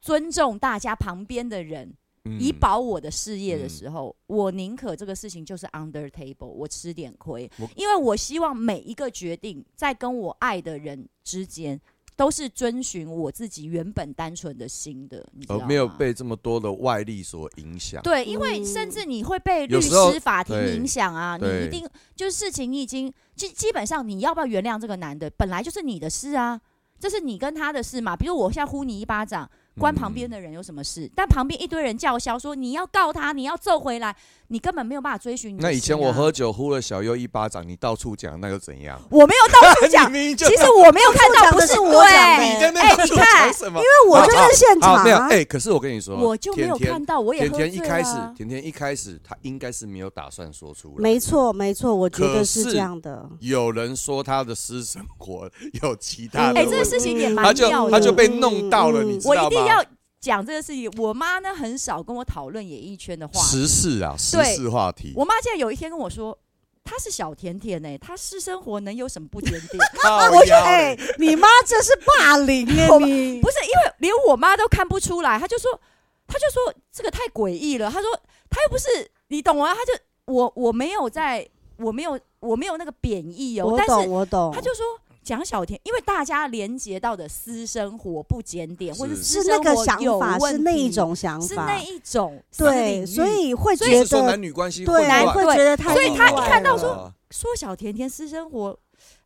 E: 尊重大家旁边的人，
D: 嗯
E: 以保我的事业的时候，我宁可这个事情就是 under table，我吃点亏
D: 我，
E: 因为我希望每一个决定在跟我爱的人之间，都是遵循我自己原本单纯的心的，你知道
D: 而
E: 吗？
D: 哦没有被这么多的外力所影响。
E: 啊对，因为
C: 嗯
E: 甚至你会被律
D: 有时候
E: 师、法庭
D: 对
E: 影响啊，你
D: 对
E: 一定就是事情你已经基基本上你要不要原谅这个男的，本来就是你的事啊，这是你跟他的事嘛。比如我现在呼你一巴掌，关旁边的人有什么事？但旁边一堆人叫嚣说你要告他，你要揍回来，你根本没有办法追寻你的
D: 那以前
E: 心啊
D: 我喝酒呼了小优一巴掌，你到处讲，那又怎样？
E: 我没有到处 讲，
D: 明明就
E: 啊其实我没有看
C: 讲
E: 到，
C: 的
E: 不
C: 是我
E: 我
C: 讲的
E: 欸
D: 你在那
E: 哎
D: 边
E: 你
D: 说
E: 看
D: 讲什么？
C: 因为我就在现场
D: 啊，没有，
C: 啊，
D: 哎，可是我跟你说，
E: 我就没有
D: 甜
E: 看到，我也
D: 甜
E: 喝
D: 甜一
E: 醉啊
D: 开始
E: 了，
D: 甜甜一开始，她应该是没有打算说出来。
C: 没错没错，我觉得
D: 可
C: 是
D: 是
C: 这样的，
D: 有人说她的私生活有其他的
E: 哎、
D: 问
E: 这
D: 题，
E: 个事情也
D: 她
E: 蛮妙
D: 就
E: 的，
D: 她就被弄到了，
C: 嗯嗯
D: 你知
E: 我
D: 道
E: 一定
D: 吗
E: 要？讲这个事情。我妈呢很少跟我讨论演艺圈的话。
D: 时事啊，时
E: 对
D: 事话题。
E: 我妈竟然有一天跟我说，她是小甜甜呢、欸她私生活能有什么不坚定？
D: 靠
C: 我说
D: 腰
C: 哎
D: 嘞，，
C: 你妈这是霸凌哎，
E: 我
C: 你
E: 不是因为连我妈都看不出来，她就说，她就说这个太诡异了。她说她又不是你懂吗？她就我我没有在，我没有我没有那个贬义哦，
C: 我
E: 但
C: 懂
E: 是
C: 我懂，
E: 她就说。讲小甜，因为大家连接到的私生活不检点，或者
D: 是
E: 私
C: 是那
E: 生
C: 个
E: 活
C: 想
E: 有
C: 法，是
E: 问
C: 那一
E: 题
C: 种想
E: 是
C: 法
E: 那，一种
C: 对，所以会
D: 所以
C: 觉
D: 是说
C: 得
D: 男女关系
C: 对
D: 混乱，嗯
C: 会觉得太
E: 所以他
C: 意外
E: 一看到
C: 了
E: 说说小甜甜私生活，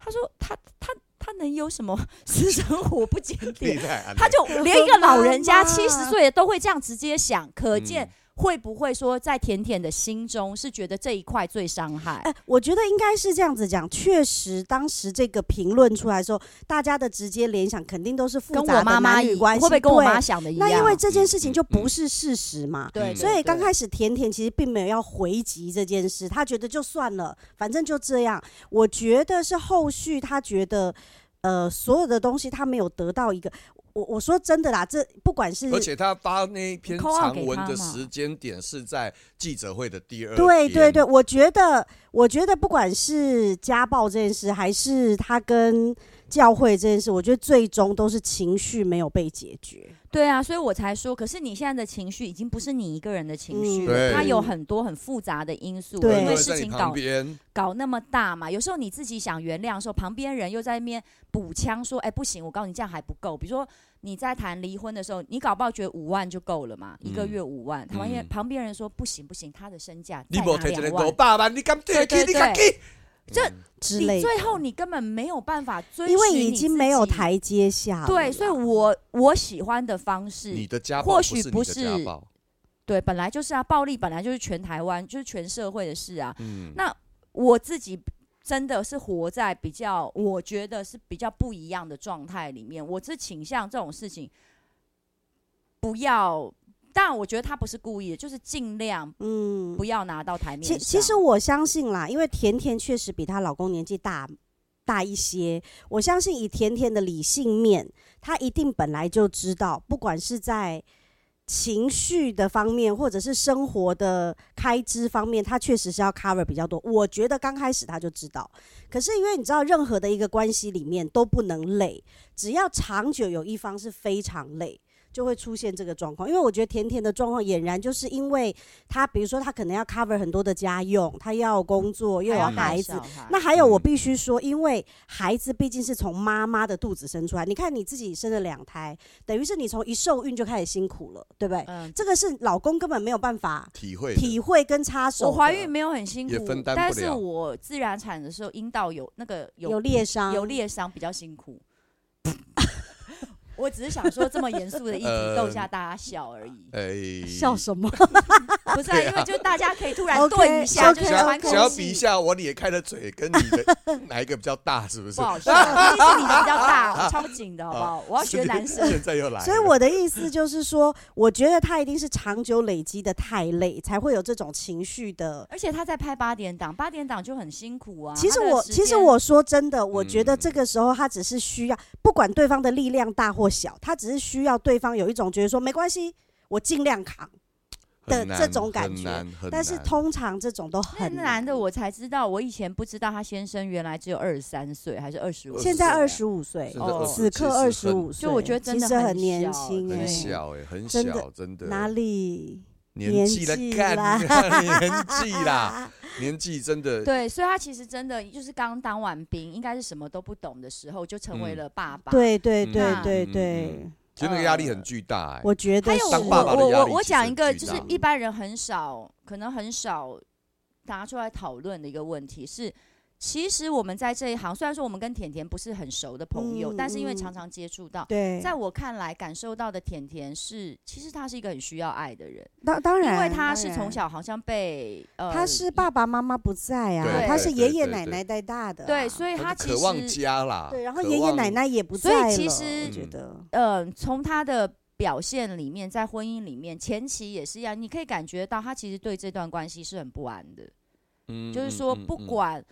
E: 他说他他他能有什么 私生活不 检
D: 厉
E: 点？
D: 害，
E: 他就连一个老人家
C: 妈妈
E: 七十岁的都会这样直接想，可见
D: 嗯
E: 会不会说在甜甜的心中是觉得这一块最伤害？
C: 哎、我觉得应该是这样子讲。确实，当时这个评论出来的时候，大家的直接联想肯定都是复
E: 跟
C: 杂
E: 我
C: 的
E: 妈妈
C: 男
E: 一
C: 女关
E: 会
C: 系，
E: 不会跟我妈
C: 对
E: 想的一样？
C: 那因为这件事情
D: 嗯
C: 就不
D: 嗯
C: 是事实嘛。
E: 对，对
D: 嗯
C: 所以刚
E: 对
C: 开始甜甜其实并没有要回击这件事，她觉得就算了，反正就这样。我觉得是后续她觉得，呃，所有的东西她没有得到一个，我我说真的啦，这不管是
D: 而且他发那一篇
E: 你 call out
D: 长
E: 给
D: 文
E: 他
D: 的
E: 嘛
D: 时间点是在记者会的第二
C: 对对
D: 天
C: 对，，我觉得，我觉得不管是家暴这件事，还是他跟教会这件事，我觉得最终都是情绪没有被解决。
E: 对啊，所以我才说，可是你现在的情绪已经不是你一个人的情绪
C: 嗯
E: 了，
D: 对
E: 它有很多很复杂的因素，
C: 对
E: 因
D: 很多
E: 为
D: 人
E: 事
D: 在你
E: 情
D: 旁
E: 搞
D: 边，
E: 搞那么大嘛，有时候你自己想原谅的时候，旁边人又在那边补枪说：“哎、不行，我告诉你，这样还不够。”比如说你在谈离婚的时候，你搞不好觉得五万就够了嘛，一个
D: 嗯
E: 月五万，旁边、
D: 嗯
E: 旁边人说：“不行不行，他的身价
D: 你
E: 再
D: 无
E: 拿
D: 提一个
E: 两
D: 五
E: 万。
D: 百万，你敢提
E: 对
D: 起
E: 对
D: 你敢
E: 对
D: 去？
E: 这
C: 之
E: 你
C: 类的，
E: 最后你根本没有办法遵循
C: 因
E: 你自
C: 为
E: 己，
C: 已经没有台阶下了啦。
E: 对，所以我我喜欢的方式
D: 你的家暴
E: 或
D: 不
E: 许
D: 是
E: 不
D: 你的家
E: 是
D: 暴，
E: 对，本来就是啊，暴力本来就是全台湾，就是全社会的事啊。
D: 嗯，
E: 那我自己真的是活在比较，我觉得是比较不一样的状态里面。我是倾向这种事情不要，但我觉得他不是故意的，就是尽量
C: 嗯
E: 不，要拿到台面
C: 其
E: 上。
C: 其实我相信啦，因为甜甜确实比她老公年纪大大一些，我相信以甜甜的理性面，她一定本来就知道，不管是在情绪的方面，或者是生活的开支方面，她确实是要 cover 比较多。我觉得刚开始她就知道，可是因为你知道，任何的一个关系里面都不能累，只要长久有一方是非常累。就会出现这个状况，因为我觉得甜甜的状况俨然就是因为他比如说他可
E: 嗯
C: 能要 cover 很多的家用，他要工作又
E: 还
C: 有
E: 要带
C: 孩子
E: 小，孩
C: 那还有，我
D: 嗯
C: 必须说，因为孩子毕竟是从妈妈的肚子生出来，你看你自己生了两胎，等于是你从一受孕就开始辛苦了，对不对？
E: 嗯，
C: 这个是老公根本没有办法
D: 体会的
C: 体会跟插手的。
E: 我怀孕没有很辛
D: 也
E: 苦
D: 分，担不
E: 但是
D: 了
E: 我自然产的时候阴道有那个有
C: 有裂伤，
E: 有裂伤比较辛苦。 我只是想说这么严肃的议题
D: 呃
E: 逗一下大家笑而已，
D: 哎，
C: 笑什么？
E: 不是、啊、因为就大家可以突然
C: OK，
E: 顿一下，
C: OK，
E: 就是
D: 想要
E: 喘
C: OK
E: 口
D: 想要比一
E: 气。
D: 下我裂开的嘴跟你 的哪一个比较大，是不是
E: 不？好笑，一定是你的比较 大，哦超紧的好不好？我要
D: 啊是
E: 学
D: 你
E: 男生。
D: 现在又来了，
C: 所以我的意思就是说，我觉得他一定是长久累积的太累，才会有这种情绪的。
E: 而且他在拍八点档，八点档就很辛苦啊。
C: 其实
E: 他的
C: 我，
E: 时
C: 其实
E: 间
C: 我说真的，我觉得
D: 嗯
C: 这个时候他只是需要，不管对方的力量大或小，他只是需要对方有一种觉得说没关系，我尽量扛。的
D: 很难
C: 这种感觉，
D: 很难很
C: 但是
D: 难
C: 通常这种都
E: 那
C: 很
E: 男的，我才知道，我以前不知道他先生原来只有二十三岁还是二十五，
C: 现
D: 啊
C: 在二十五岁
D: 真，
E: 哦
D: 的
C: 此刻二十五，岁，
E: 就我觉得真
C: 其
E: 的
C: 实
E: 很
C: 很年
E: 小
C: 轻
E: 对
D: 很
C: 哎，
D: 小哎，很
C: 真的
D: 小，真的
C: 哪里
D: 年纪了
C: 年纪
D: 干啊 年纪啦，
C: 啊？
D: 年纪真的
E: 对，所以他其实真的就是刚当完兵，应该是什么都不懂的时候，就成为
D: 嗯
E: 了爸爸。
C: 对对
D: 嗯
C: 对
E: 那
C: 对
D: 嗯
C: 对，
D: 其实那个压力
E: 呃
D: 很巨大哎。
C: 我觉得
E: 还有
C: 是
E: 我
D: 当爸爸的
E: 我
D: 压
E: 我
D: 力
E: 我
D: 其实
E: 讲
D: 很
E: 一个，
D: 巨
E: 就是
D: 大
E: 一般人很少，可能很少拿出来讨论的一个问题是。其实我们在这一行，虽然说我们跟甜甜不是很熟的朋友，
C: 嗯
E: 但是因为
C: 嗯
E: 常常接触到，
C: 对，
E: 在我看来感受到的甜甜是，其实她是一个很需要爱的人，
C: 当当
E: 因
C: 然，
E: 为她
C: 当
E: 是从
C: 然。
E: 小好像被呃，
C: 他是爸爸妈妈不在啊，
E: 对
C: 他是
D: 对
C: 爷
D: 对
C: 爷
D: 对
C: 奶
D: 对
C: 奶带大的啊，
E: 对，所以她
D: 他
E: 其
D: 渴望
E: 实
D: 家啦，
C: 对，然后
D: 渴
C: 爷爷
D: 望
C: 奶奶也不
E: 所以
C: 在了，
E: 其实
C: 我觉
D: 嗯
C: 得
E: 呃，从她的表现里面，在婚姻里面前期也是一样，你可以感觉到她其实对这段关系是很不安的。
D: 嗯
E: 就是
D: 嗯
E: 说
D: 嗯
E: 不
D: 嗯
E: 管，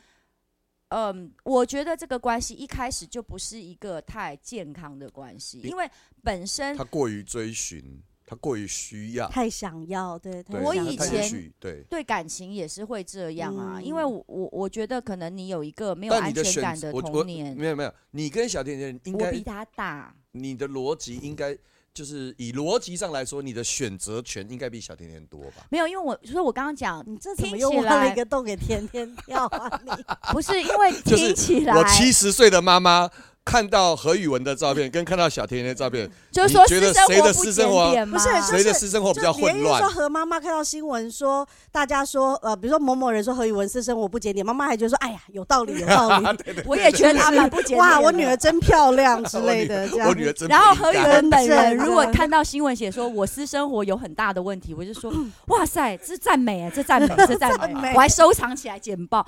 E: 嗯，我觉得这个关系一开始就不是一个太健康的关系，
D: 因
E: 因为本身
D: 他过于追寻，他过于需要。
C: 太想要，对，太
D: 对
E: 我
C: 想
E: 以
D: 他
C: 要
D: 也
E: 前
D: 许对，
E: 对感情也是会这样啊，因为
C: 嗯
E: 我我我觉得可能你有一个没有
D: 但
E: 安
D: 你的
E: 全
D: 选
E: 感
D: 择，
E: 的
D: 我
E: 童
D: 我
E: 年，
D: 没有没有，你跟小甜甜应
E: 我
D: 该
E: 比他大，
D: 你的逻辑应该就是以逻辑上来说，你的选择权应该比小甜甜多吧？
E: 没有，因为我所以我刚刚讲
D: 嗯
C: 你这怎么
E: 听
C: 又
E: 起
C: 挖了一
E: 来
C: 个洞给甜甜跳啊？ 你
E: 不是因为
D: 就
E: 听
D: 是
E: 起来
D: 我七十岁的妈妈看到何宇文的照片，跟看到小甜甜的照片，
E: 就是
D: 你
E: 说
D: 觉
E: 私
D: 得
E: 生
D: 谁的
E: 活
D: 私
E: 不
D: 生活啊
E: 检点
C: 不
E: 吗？
C: 是就
D: 谁的私生活比
C: 就
D: 较
C: 别
D: 混
C: 人
D: 乱
C: 说？何妈妈看到新闻说，大家说呃，比如说某某人说何宇文私生活不检点，妈妈还觉得说，哎呀，有道理，有道 理，
E: 我也 觉得他蛮不检点
C: 哇，我
E: 的
C: 女儿真漂亮之
D: 我
C: 类
D: 女
C: 的，这样
D: 我女儿真
E: 然后
D: 不
E: 何宇
D: 应该
E: 文本人
C: 真的
E: 如果看到新闻写说我私生活有很大的问题，我就说哇塞，这赞美啊，这赞美，这赞
C: 赞美
E: 美，我还收藏起来简报。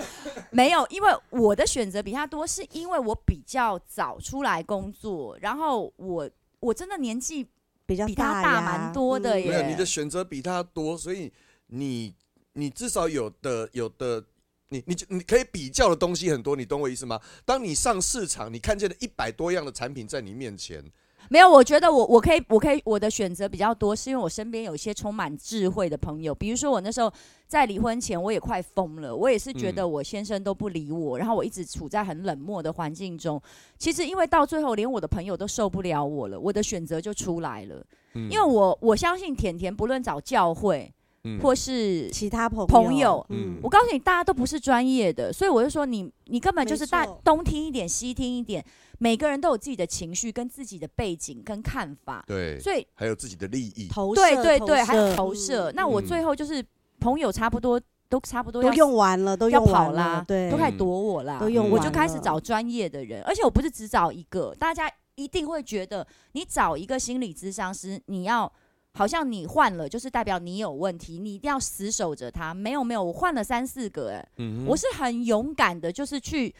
E: 没有，因为我的选择比他多，是因为我比较早出来工作，然后我我真的年纪
C: 比较
E: 比她
C: 大
E: 大
C: 呀
E: 蛮多的
C: 嗯
E: 耶
D: 没有你的选择比他多，所以你你至少有的有的，你你你可以比较的东西很多，你懂我意思吗？当你上市场，你看见了一百多样的产品在你面前，
E: 没有，我觉得我我可以，我可以，我的选择比较多，是因为我身边有一些充满智慧的朋友。比如说我那时候在离婚前，我也快疯了，我也是觉
D: 嗯
E: 得我先生都不理我，然后我一直处在很冷漠的环境中。其实因为到最后，连我的朋友都受不了我了，我的选择就出来了。
D: 嗯
E: 因为我我相信甜甜，不论找教会
D: 嗯
E: 或是
C: 其他朋
E: 朋友
D: 嗯
E: 我告诉你，大家都不是专业的，所以我就说你，你根本就是大
C: 没错
E: 东听一点，西听一点，每个人都有自己的情绪、跟自己的背景、跟看法，
D: 对，
E: 所以
D: 还有自己的利益，
C: 投
E: 对
C: 射
E: 对
C: 投
E: 对，还有
C: 射
E: 投射。
C: 嗯
E: 那我
D: 嗯
E: 最后就是朋友差不多都差不多
C: 都
E: 要
C: 用完了，都
E: 要
C: 用完
E: 跑
C: 了
E: 啦，
C: 对
E: 都，开始躲我啦，
C: 都用
D: 嗯
E: 我
C: 完
E: 就开始
C: 了
E: 找专业的人，而且我不是只找一个，大家一定会觉得你找一个心理咨商师，你要好像你换了就是代表你有问题，你一定要死守着它。没有没有，我换了三四个、哎、
D: 嗯
E: 我是很勇敢的，就是去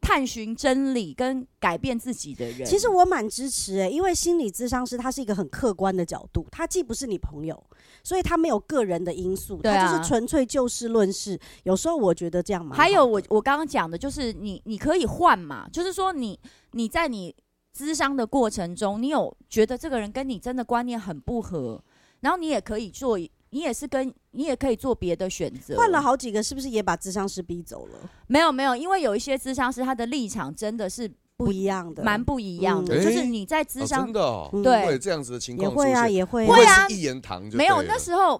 E: 探寻真理跟改变自己的人。
C: 其实我蛮支持诶、因为心理咨商师他是一个很客观的角度，他既不是你朋友，所以他没有个人的因素，
E: 对啊
C: 他就是纯粹就事论事。有时候我觉得这样嘛，
E: 还有我我刚刚讲的就是你你可以换嘛，就是说你你在你咨商的过程中，你有觉得这个人跟你真的观念很不合，然后你也可以做，你也是跟你也可以做别的选择。
C: 换了好几个，是不是也把咨商师逼走了？
E: 没有没有，因为有一些咨商师他的立场真的是不
C: 不一样的，
E: 蛮不一样的，
D: 嗯
E: 就是
D: 诶
E: 你在咨
D: 哦
E: 商、
D: 真的哦
C: 嗯
E: 对
D: 会有这样子的情
C: 也
D: 况出
C: 会啊，
D: 现，
C: 也会
D: 不
E: 会啊
D: 是一言堂就
E: 没有
D: 对了
E: 那时候。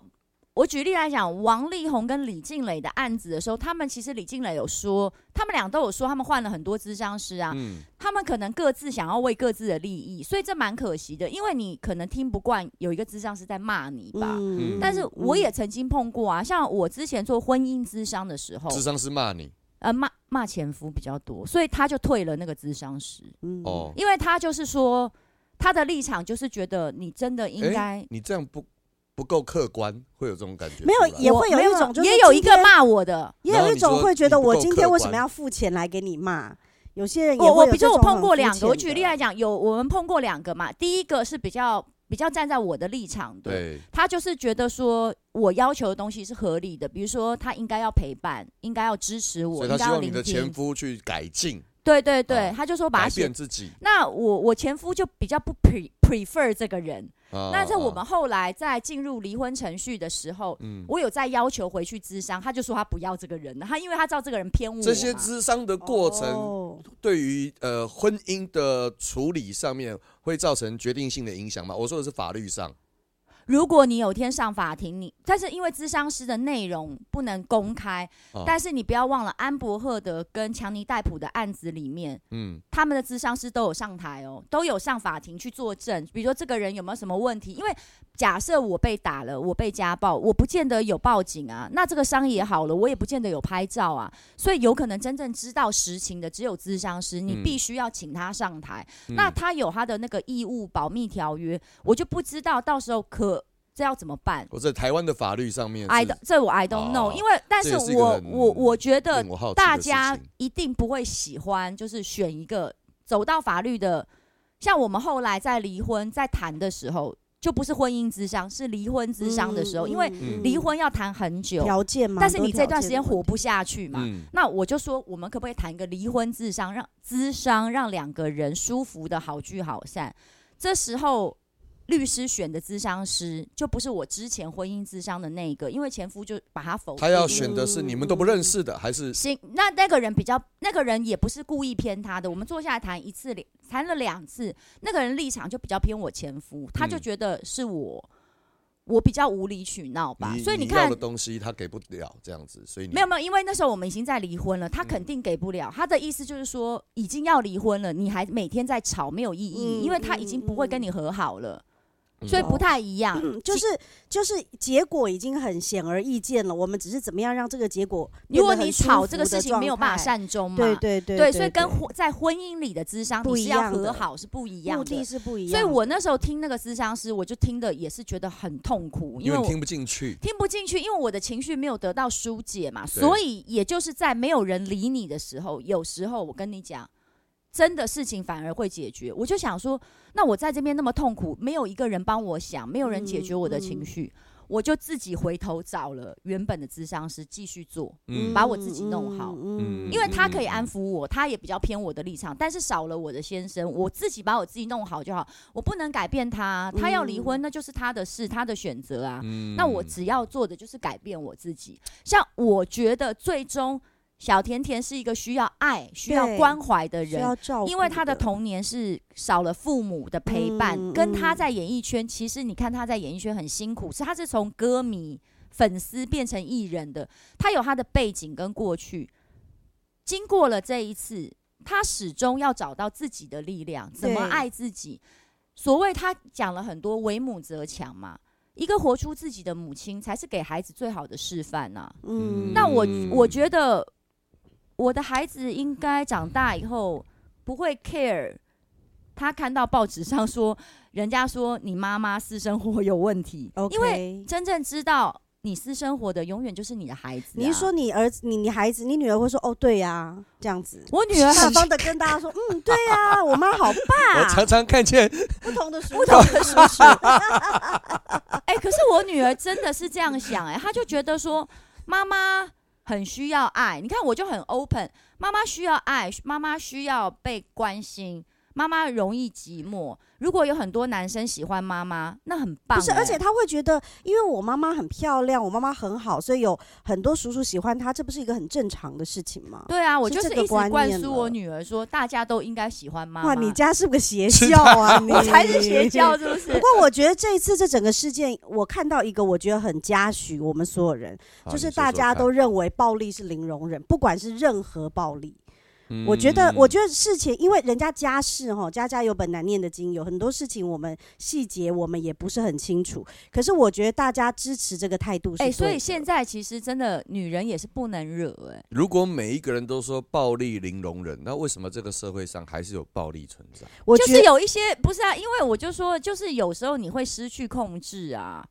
E: 我举例来讲，王力宏跟李静蕾的案子的时候，他们其实李静蕾有说，他们俩都有说，他们换了很多咨商师啊，
D: 嗯
E: 他们可能各自想要为各自的利益，所以这蛮可惜的，因为你可能听不惯有一个智商是在骂你吧。
D: 嗯
E: 但是我也曾经碰过啊，像我之前做婚姻咨商的时候，
D: 智商是骂你
E: 呃骂骂前夫比较多，所以他就退了那个咨商师，
C: 嗯
D: 哦，
E: 因为他就是说他的立场就是觉得你真的应该
D: 诶你这样不不够客观，会有这种感觉出
C: 没有
D: 来。
C: 也
E: 我
C: 会有
E: 没
C: 一种就是
E: 也有一
C: 今
E: 个
C: 天
E: 骂我的，
C: 嗯也
D: 然后
C: 有一
D: 你说
C: 种会觉得
D: 你不
C: 我
D: 够
C: 今天
D: 客
C: 为什么
D: 观
C: 要付钱来给你骂？有些人也
E: 我
C: 会
E: 我
C: 有
E: 比
C: 这
E: 就我
C: 种
E: 碰
C: 很
E: 过
C: 肤
E: 两个，
C: 浅
E: 我举例
C: 的
E: 来讲，有我们碰过两个嘛，第一个是比较比较站在我的立场的，
D: 对，
E: 他就是觉得说我要求的东西是合理的，比如说他应该要陪伴，应该要支持
D: 所
E: 我，
D: 以他
E: 应该
D: 希
E: 要
D: 望你
E: 聆
D: 的前
E: 听。
D: 夫去改进、
E: 对对对，
D: 啊
E: 他就说把
D: 改
E: 他写
D: 变。自己。
E: 那我我前夫就比较不 pre prefer 这个人。
D: 啊
E: 那在我们
D: 啊
E: 后来在进入离婚程序的时候，
D: 嗯，
E: 我有在要求回去咨商，他就说他不要这个人了，他因为他知道这个人偏我嘛。
D: 这些智商的过程
C: 哦
D: 对于呃婚姻的处理上面会造成决定性的影响吗？我说的是法律上，
E: 如果你有一天上法庭，你但是因为咨商师的内容不能公开，
D: 哦
E: 但是你不要忘了安伯赫德跟强尼戴普的案子里面。
D: 嗯，
E: 他们的智商师都有上台哦，都有上法庭去作证，比如说这个人有没有什么问题？因为假设我被打了，我被家暴，我不见得有报警啊，那这个伤也好了，我也不见得有拍照啊，所以有可能真正知道实情的只有智商师，你
D: 嗯
E: 必须要请他上台。那
D: 嗯
E: 他有他的那个义务保密条约，我就不知道到时候可这要怎么办。
D: 我在台湾的法律上面
E: I
D: 是
E: don't- 这我 I don't know，、
D: 哦
E: 因为但
D: 这
E: 是
D: 也是一个
E: 我
D: 很
E: 我我觉得
D: 令我好奇的
E: 大
D: 事
E: 家
D: 情
E: 一定不会喜欢，就是选一个走到法律的，像我们后来在离婚在谈的时候，就不是婚姻之商，是离婚之商的时候，因为
D: 嗯
E: 离婚要谈很久，
C: 条件嘛，
E: 但是
C: 很多
E: 你这
C: 条
E: 段时
C: 件
E: 间
C: 的
E: 活
C: 问
E: 不
C: 题
E: 下去嘛。
D: 嗯
E: 那我就说，我们可不可以谈一个离婚智商，让咨商让两个人舒服的好聚好散？这时候，律师选的咨商师就不是我之前婚姻咨商的那一个，因为前夫就把他否定。
D: 他要选的是你们都不认识的，还是
E: 行，那那个人比较，那个人也不是故意偏他的。我们坐下来谈一次，谈了两次，那个人立场就比较偏我前夫，他就
D: 嗯
E: 觉得是我，我比较无理取闹吧。
D: 你
E: 嗯所以
D: 你要
E: 看
D: 的，东西他给不了这样子，所以你
E: 没有没有，因为那时候我们已经在离婚了，他
D: 嗯
E: 肯定给不了。他的意思就是说，已经要离婚了，你还每天在吵没有意义，
C: 嗯
E: 因为他已经不会跟你和好了，
D: 嗯
E: 所以不太一样。
C: 嗯就是就是结果已经很显而易见了，我们只是怎么样让这个结果 变
E: 如果
C: 得很
E: 你
C: 舒
E: 吵
C: 服
E: 这个
C: 的
E: 事情
C: 状
E: 没有办法
C: 态，
E: 善终嘛，
C: 对对对
E: 对所以跟
C: 对
E: 婚在婚姻里的智商
C: 不
E: 你
C: 一
E: 是要
C: 样
E: 和
C: 的
E: 好是不一样
C: 目
E: 的
C: 的。是不一样
E: 所
C: 的，
E: 以我那时候听那个咨商师，我就听的也是觉得很痛苦，
D: 因
E: 因为
D: 为你
E: 我
D: 听不进去，
E: 听不进去，因为我的情绪没有得到疏解嘛，
D: 对
E: 所以也就是在没有人理你的时候，有时候我跟你讲，真的事情反而会解决。我就想说，那我在这边那么痛苦，没有一个人帮我想，没有人解决我的
D: 嗯
E: 情绪，我就自己回头找了原本的咨商师继续做，
D: 嗯
E: 把我自己弄好
C: 嗯
E: 因为他可以安抚我，他也比较偏我的立场，但是少了我的先生，我自己把我自己弄好就好，我不能改变他，他要离
C: 嗯
E: 婚那就是他的事，他的选择啊。
D: 嗯
E: 那我只要做的就是改变我自己。像我觉得最终小甜甜是一个需要爱、需要
C: 对
E: 关怀的
C: 需
E: 人，
C: 要照顾，
E: 因为她的童年是少了父母的陪伴，
C: 嗯
E: 跟她
C: 嗯
E: 在演艺圈，其实你看她在演艺圈很辛苦，是她是从歌迷、粉丝变成艺人的，她有她的背景跟过去，经过了这一次，她始终要找到自己的力量，怎么
C: 对
E: 爱自己。所谓他讲了很多“为母则强”嘛，一个活出自己的母亲，才是给孩子最好的示范呐、
C: 嗯，
E: 那我
D: 嗯
E: 我觉得我的孩子应该长大以后不会 care 他看到报纸上说，人家说你妈妈私生活有问题
C: OK，
E: 因为真正知道你私生活的，永远就是你的孩子、啊。
C: 你是说你儿子、你你孩子、你女儿会说哦，对呀、这样 子，
E: 我女儿
C: 大
E: 很
C: 方的跟大家说，嗯，对呀、我妈好
D: 我
C: 棒，
D: 常常看见
C: 不同的叔
E: 不
C: 同
E: 同
C: 的叔叔，
E: 哎、可是我女儿真的是这样想、哎，她就觉得说妈妈很需要爱。你看，我就很 open，妈妈需要爱，妈妈需要被关心，妈妈容易寂寞。如果有很多男生喜欢妈妈，那很棒、
C: 不是，
E: 哎
C: 而且他会觉得，因为我妈妈很漂亮，我妈妈很好，所以有很多叔叔喜欢她，这不是一个很正常的事情吗？
E: 对啊，我
C: 是
E: 就
C: 这
E: 是
C: 个
E: 一直
C: 观
E: 灌
C: 念
E: 输
C: 了
E: 我女儿说，大家都应该喜欢妈
C: 哇，
E: 妈。
C: 你家是不是个邪教啊？你
E: 我才是邪 教，。是不
C: 不
E: 是？
C: 过我觉得这一次这整个事件，我看到一个我觉得很嘉许我们所有人，啊
D: 啊
C: 就是大家都认为暴力是零容忍，不管是任何暴力。
D: 嗯
C: 我觉得，我觉得事情，因为人家家事哈，家家有本难念的经，有很多事情我们细节我们也不是很清楚。可是我觉得大家支持这个态度是
E: 哎、
C: 对的，
E: 所以现在其实真的女人也是不能惹哎、
D: 如果每一个人都说暴力零容忍，那为什么这个社会上还是有暴力存在？
C: 我
E: 就
C: 觉
E: 是有一些不是啊，因为我就说，就是有时候你会失去控制啊，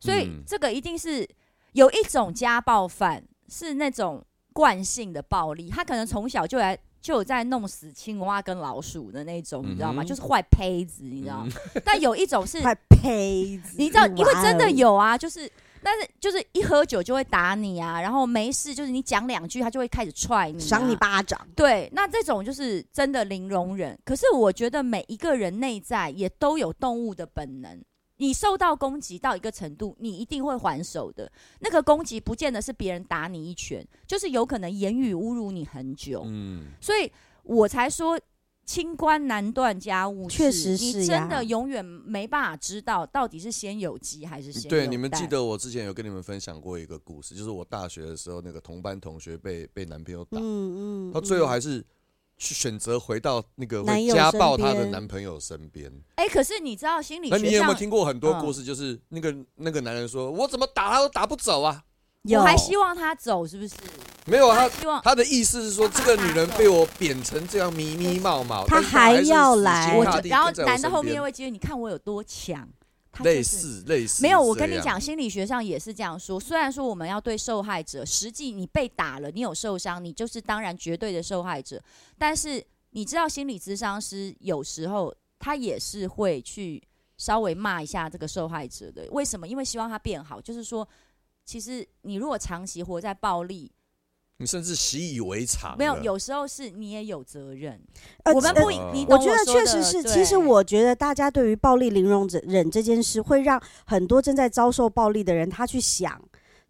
E: 所以
D: 嗯
E: 这个一定是有一种家暴犯是那种惯性的暴力，他可能从小就来就有在弄死青蛙跟老鼠的那种，你知道吗？
D: 嗯哼嗯
E: 就是坏胚子，你知道吗？ 但有一种 是，
C: 快呸！
E: 你知道，因为
C: 哇哦
E: 真的有啊，就是。但是就是一喝酒就会打你啊，然后没事就是你讲两句他就会开始踹你、啊，
C: 赏你巴掌。
E: 对，那这种就是真的零容忍。可是我觉得每一个人内在也都有动物的本能。你受到攻击到一个程度，你一定会还手的。那个攻击不见得是别人打你一拳，就是有可能言语侮辱你很久。
D: 嗯，
E: 所以我才说清官难断家务事，
C: 确实是
E: 你
C: 呀
E: 真的永远没办法知道到底是先有鸡还是先有
D: 对，你们记
E: 蛋
D: 得我之前有跟你们分享过一个故事，就是我大学的时候，那个同班同学被被男朋友打，
C: 嗯嗯，
D: 她最后还是去选择回到那个
C: 男
D: 会
C: 友
D: 家暴
C: 身
D: 她的
C: 边
D: 男朋友身边。
E: 哎、可是你知道心理
D: 那
E: 学
D: 你有没有
E: 上，
D: 听过很
C: 嗯
D: 多故事？就是那个那个男人说：“我怎么打他都打不走啊
E: 嗯我还希望他走，是不是？！”
D: 没有啊，
E: 希望
D: 他他的意思是说，这个女人被我扁成这样迷迷冒冒，
C: 她
D: 但是她还
C: 还要来
D: 是死
E: 哎我就
D: 心塌地
E: 然后
D: 跟在我
E: 男的
D: 身
E: 后
D: 边
E: 面会接，你看我有多强，他就是
D: 类似类似，
E: 没有。我跟你讲，，心理学上也是这样说。虽然说我们要对受害者，实际你被打了，你有受伤，你就是当然绝对的受害者。但是你知道，心理咨商师有时候他也是会去稍微骂一下这个受害者的。为什么？因为希望他变好。就是说，其实你如果长期活在暴力，
D: 你甚至习以为常了，
E: 没有，有时候是你也有责任。
C: 呃
E: 我们
C: 呃
E: 不，
D: 哦
E: 你
C: 我
E: 懂
C: 觉得
E: 说
C: 确
E: 的
C: 实是，
E: 对
C: 其实我觉得大家对于暴力零容忍这件事，会让很多正在遭受暴力的人，他去想，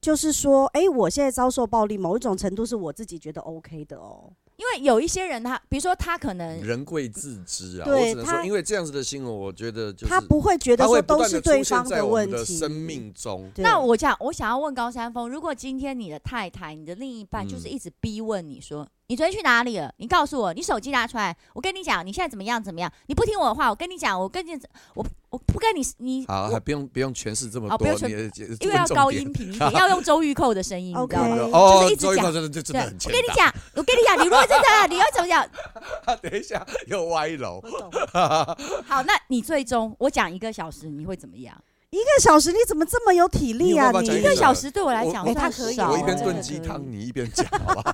C: 就是说，哎，我现在遭受暴力，某一种程度是我自己觉得 OK 的哦。
E: 因为有一些人他，比如说他可能
D: 人贵自知啊。
C: 对
D: 我只能说，
C: 他
D: 因为这样子的新闻，我觉得就是
C: 他不会觉得
D: 它
C: 说
D: 会不
C: 都
D: 断
C: 是
D: 地
C: 对
D: 出现
C: 方
D: 在我
C: 问
D: 们的
C: 题。
D: 生命中。
C: 对，
E: 那我想，我想要问高山峰，如果今天你的太太、你的另一半就是
D: 嗯
E: 一直逼问你说、你昨天去哪里了？你告诉我，你手机拿出来，我跟你讲，你现在怎么样怎么样？你不听我的话，我跟你讲，我跟你，我我不跟你，你
D: 好，还
E: 我哦
D: 不用不用诠释这么
E: 好不
D: 多，
E: 用
D: 你
E: 诠
D: 也也
E: 因为要
D: 问重
E: 高
D: 点
E: 音频一点，要用周玉蔻的声音，你知道吗？
C: OK
D: 哦
E: 就是一，直
D: 周一
E: 讲
D: 鹏真的就真
E: 对，
D: 的
E: 我
D: 很欠
E: 跟你
D: 打。
E: 讲，我跟你讲，你如果真的你要怎么讲？
D: 等一下又歪楼，
E: 好，那你最终我讲一个小时，你会怎么样？
C: 一个小时你怎么这么有体力啊？
D: 你有办法
C: 你
D: 讲
E: 一
D: 一个
E: 个
D: 小
E: 小
D: 时
E: 时对我来
D: 我
E: 讲
D: 我
E: 算
C: 哎他可以
E: 少了，
C: 哦
D: 我一边
E: 啊真
D: 炖
E: 的
D: 鸡
E: 可以
D: 汤，你一边讲，好吧？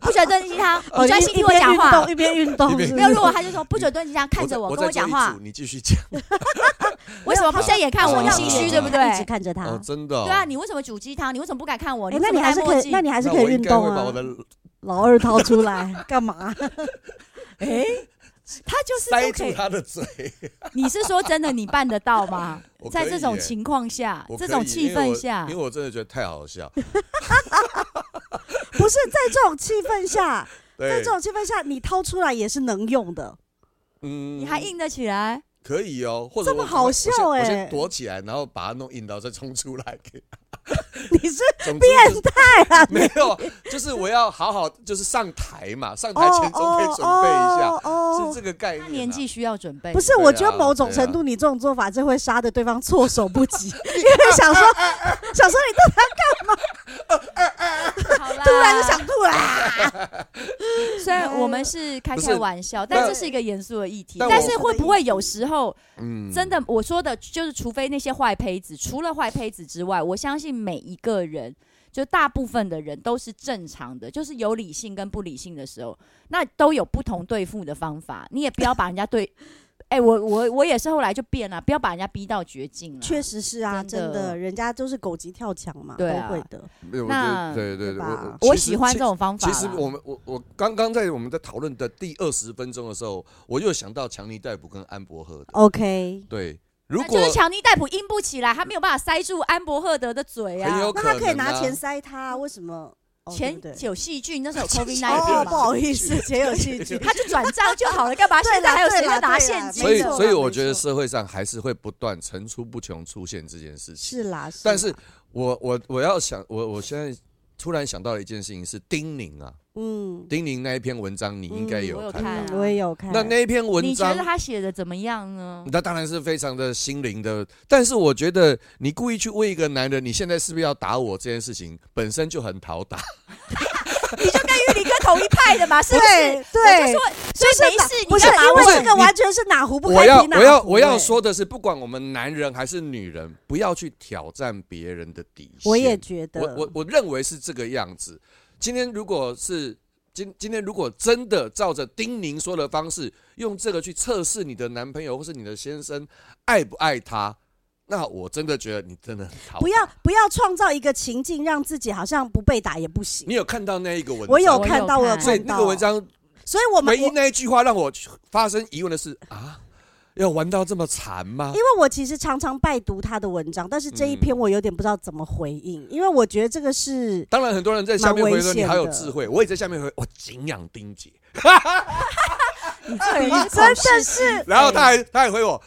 E: 不准炖鸡汤，
C: 哦
E: 你专
C: 一
E: 心听
C: 一
E: 我
C: 边
E: 讲
C: 运
E: 话
C: 动。一边运动
D: 一
C: 是不
D: 边
C: 是，
E: 没有，如果他就说不准蹲，你这样看着我，
D: 我
E: 跟我
D: 在
E: 讲
D: 这一
E: 话
D: 组，你继续讲。
E: 为什么不现眼看我？
D: 我
E: 你
D: 要
E: 心虚
D: 我
E: 对不对？
C: 一直看着他。
D: 哦，真的哦。
E: 对啊，你为什么煮鸡汤？哦你为什么不敢看我？
C: 哎，
E: 为
C: 那
E: 什
C: 你
E: 么戴
C: 还是
E: 墨
C: 可以，
E: 镜
C: 那你还是
D: 那
C: 可以
D: 我应
C: 运
D: 该
C: 动
D: 会把我
C: 啊。
D: 的
C: 老二掏出来 干 嘛？
E: 哎，他就是
D: 塞
E: 都
D: 住
E: 可以。
D: 他 的嘴。
E: 你是说真的，你办得到吗
D: 我？可以
E: 在这种
D: 耶
E: 情况下
D: 我，
E: 这
D: 可
E: 种
D: 以
E: 气
D: 因为
E: 氛
D: 我
E: 下
D: 因为，我真的觉得太 好笑。
C: 不是在这种气氛下，在
D: 对
C: 这，种气氛下，你掏出来也是能用的。
D: 嗯
E: 你还硬得起来？
D: 可以哦，或者
C: 这么
D: 我
C: 好
D: 我先
C: 笑
D: 我
C: 欸
D: 先躲起来，然后把它弄硬到再冲出来。
C: 你是
D: 总之变态
C: 啊
D: 没有，就是我要好好就是上台嘛，上台
E: 哦
D: 前总可以准备一下，是
C: 哦，
D: 这个概念啊。
E: 他年纪需要准备。
C: 不是，
D: 对啊
C: 我觉得某种程度你这种做法，真会杀的对方措手不 及，因为想说想说你
E: 好啦，
C: 啊突然就想吐啊。
E: 虽为我们是开
D: 不
E: 开
D: 是
E: 玩笑，
D: 但
E: 但这是一个严肃的议题。
D: 但
E: 但
D: 我
E: 是会不会有时候
D: 嗯
E: 真的，我说的就是，除非那些坏胚子，除了坏胚子之外，我相信每一个人，就大部分的人都是正常的，就是有理性跟不理性的时候，那都有不同对付的方法。你也不要把人家对，哎、我我我也是后来就变了，不要把人家逼到绝境了。
C: 确实是啊，
E: 真的
C: 真的，人家都是狗急跳墙嘛，
E: 对啊
C: 都会的。
D: 没有我觉
E: 那
D: 得对对对，
C: 吧
E: 我
D: 其实
E: 喜欢
D: 其
E: 这种方法啦。
D: 其实我们我我刚刚在我们在讨论的第二十分钟的时候，我又想到强尼戴普跟安伯赫的。
C: OK，
D: 对，如
E: 那
D: 果
E: 就是强尼戴普硬不起来，他没有办法塞住安伯赫德的嘴
D: 很
E: 啊
D: 有。
C: 那他可以
D: 可能啊
C: 拿钱塞他，为什么？哦
E: 前
C: 对不对
E: 有细菌，那时候 有 COVID 19
C: 哦，不好意思，钱有兴趣。
E: 他就转账就好了，干嘛
C: 对啦
E: 现在还有谁
C: 对啦
E: 在拿
C: 对啦
E: 现金？
D: 所以
C: 没错啦
D: 所以我
C: 没
D: 觉得
C: 错
D: 社会上还是会不断层出不穷出现这件事情。
C: 是啦，
D: 但
C: 啦
D: 是我我我要想我我现在突然想到了一件事情是丁宁啊，
C: 嗯，
D: 丁宁那一篇文章你应该
C: 嗯
D: 有
E: 我有
D: 看
E: 看
D: 到。
E: 啊
C: 我也有看。
D: 那那一篇文
E: 你觉
D: 章
E: 得他写的怎么样呢？
D: 那当然是非常的心灵的，但是我觉得你故意去问一个男人，你现在是不是要打我这件事情，本身就很讨打。
E: 你就跟玉林哥同一派 的嘛，是不
C: 对
E: 是？我就
C: 对，
E: 说，所以没
C: 哪
E: 事，
C: 不
E: 你
C: 是
E: 干嘛
C: 因
D: 不
C: 为
D: 是
C: 这个
D: 你
C: 完全是哪 壶不
D: 我
C: 开
D: 要
C: 提哪壶。
D: 我要我要
C: 哎
D: 说，的是，不管我们男人还是女人，不要去挑战别人的底线。
C: 我也觉得，
D: 我我我认为是这个样子。今天如果是今今天如果真的照着丁宁说的方式，用这个去测试你的男朋友或是你的先生爱不爱他，那我真的觉得你真的很讨打
C: 不要不要创造一个情境，让自己好像不被打也不行。
D: 你有看到那一个文章吗？
C: 我有
E: 我
C: 看
E: 有
C: 到，我有
E: 看
D: 所以
C: 看
D: 那
C: 到
D: 个文章
C: 所以我们
D: 唯一
C: 我
D: 那一句话让我发生疑问的是啊，要玩到这么惨吗
C: 因？为我其实常常拜读他的文章，但是这一
D: 嗯
C: 篇我有点不知道怎么回应，因为我觉得这个是
D: 当然，很多人在下面回
C: 蛮危
D: 说
C: 险的
D: 你好有智慧，我也在下面回我敬仰丁姐，
E: 你这个人是恐
C: 真的
E: 事
C: 是
D: 然
E: 嗯
D: 后他还他还回我，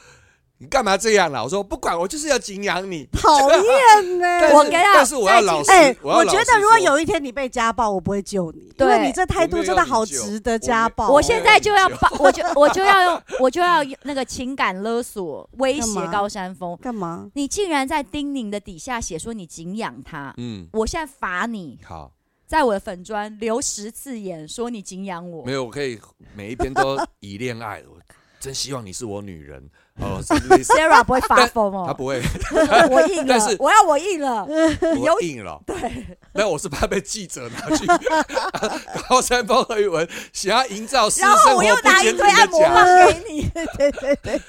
D: 你干嘛这样啦？我说不管，我就是要敬仰你。
C: 讨厌呢、
D: 但是
E: 我跟他
D: 但是我要老实，
E: 嗯
C: 哎、
D: 要
C: 我
D: 老
C: 觉
D: 实
C: 得如果
D: 说
C: 有一天你被家暴，我不会救你，因
E: 对
C: 为你这态
D: 我
C: 度
D: 没有
C: 真
D: 要
C: 的
D: 你
C: 好
D: 救
C: 值得
D: 我
C: 家
D: 没
C: 暴哦。
E: 我现在就要 把，我就我就要用，我就要用那个情感勒索威胁
C: 干嘛
E: 高山峰。
C: 干嘛？
E: 你竟然在叮咛的底下写说你敬仰他，
D: 嗯，
E: 我现在罚你，
D: 好，
E: 在我的粉砖留十次言，说你敬仰我
D: 没。有，我可以每一篇都以恋爱，我真希望你是我女人哦，是类似
E: Sarah 不会发疯
D: 他
E: 哦，
D: 不 会，
E: 我硬了
D: 但是，
E: 我要我硬了。
D: 我硬了。对，那我是怕被记者 拿去 高山峰和宇文，想要营造私
E: 然后
D: 生
E: 我
D: 活
E: 又
D: 不
E: 拿一
D: 检
E: 堆
D: 点的
E: 按摩
D: 假。
E: 棒给 你。
C: 对对对，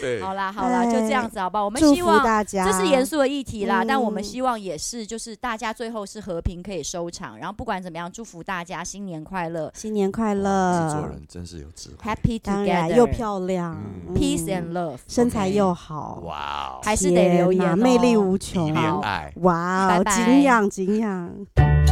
D: 对，
E: 好啦好啦，就这样子好不好？我们
C: 祝
E: 希
C: 福
E: 望
C: 大家。
E: 这是严肃的议题啦，但我们
C: 嗯
E: 希望也是，就是大家最后是和平可以收场，然后不管怎么样，祝福大家新年快乐
C: 新年快
D: 制作
C: 乐，
D: 人真是有智慧。
E: ，Happy
C: 当然
E: Together，
C: 又漂亮
D: 嗯
E: ，Peace
C: 嗯
E: and Love，
C: 身材
D: OK
C: 又好，
D: 哇哦，
E: 还是得留言
C: 天哪
E: 哦
C: 魅力无
D: 以
C: 穷。
D: 恋爱。
C: 哇
E: 拜
C: 哦，
E: 拜
C: 敬仰敬仰。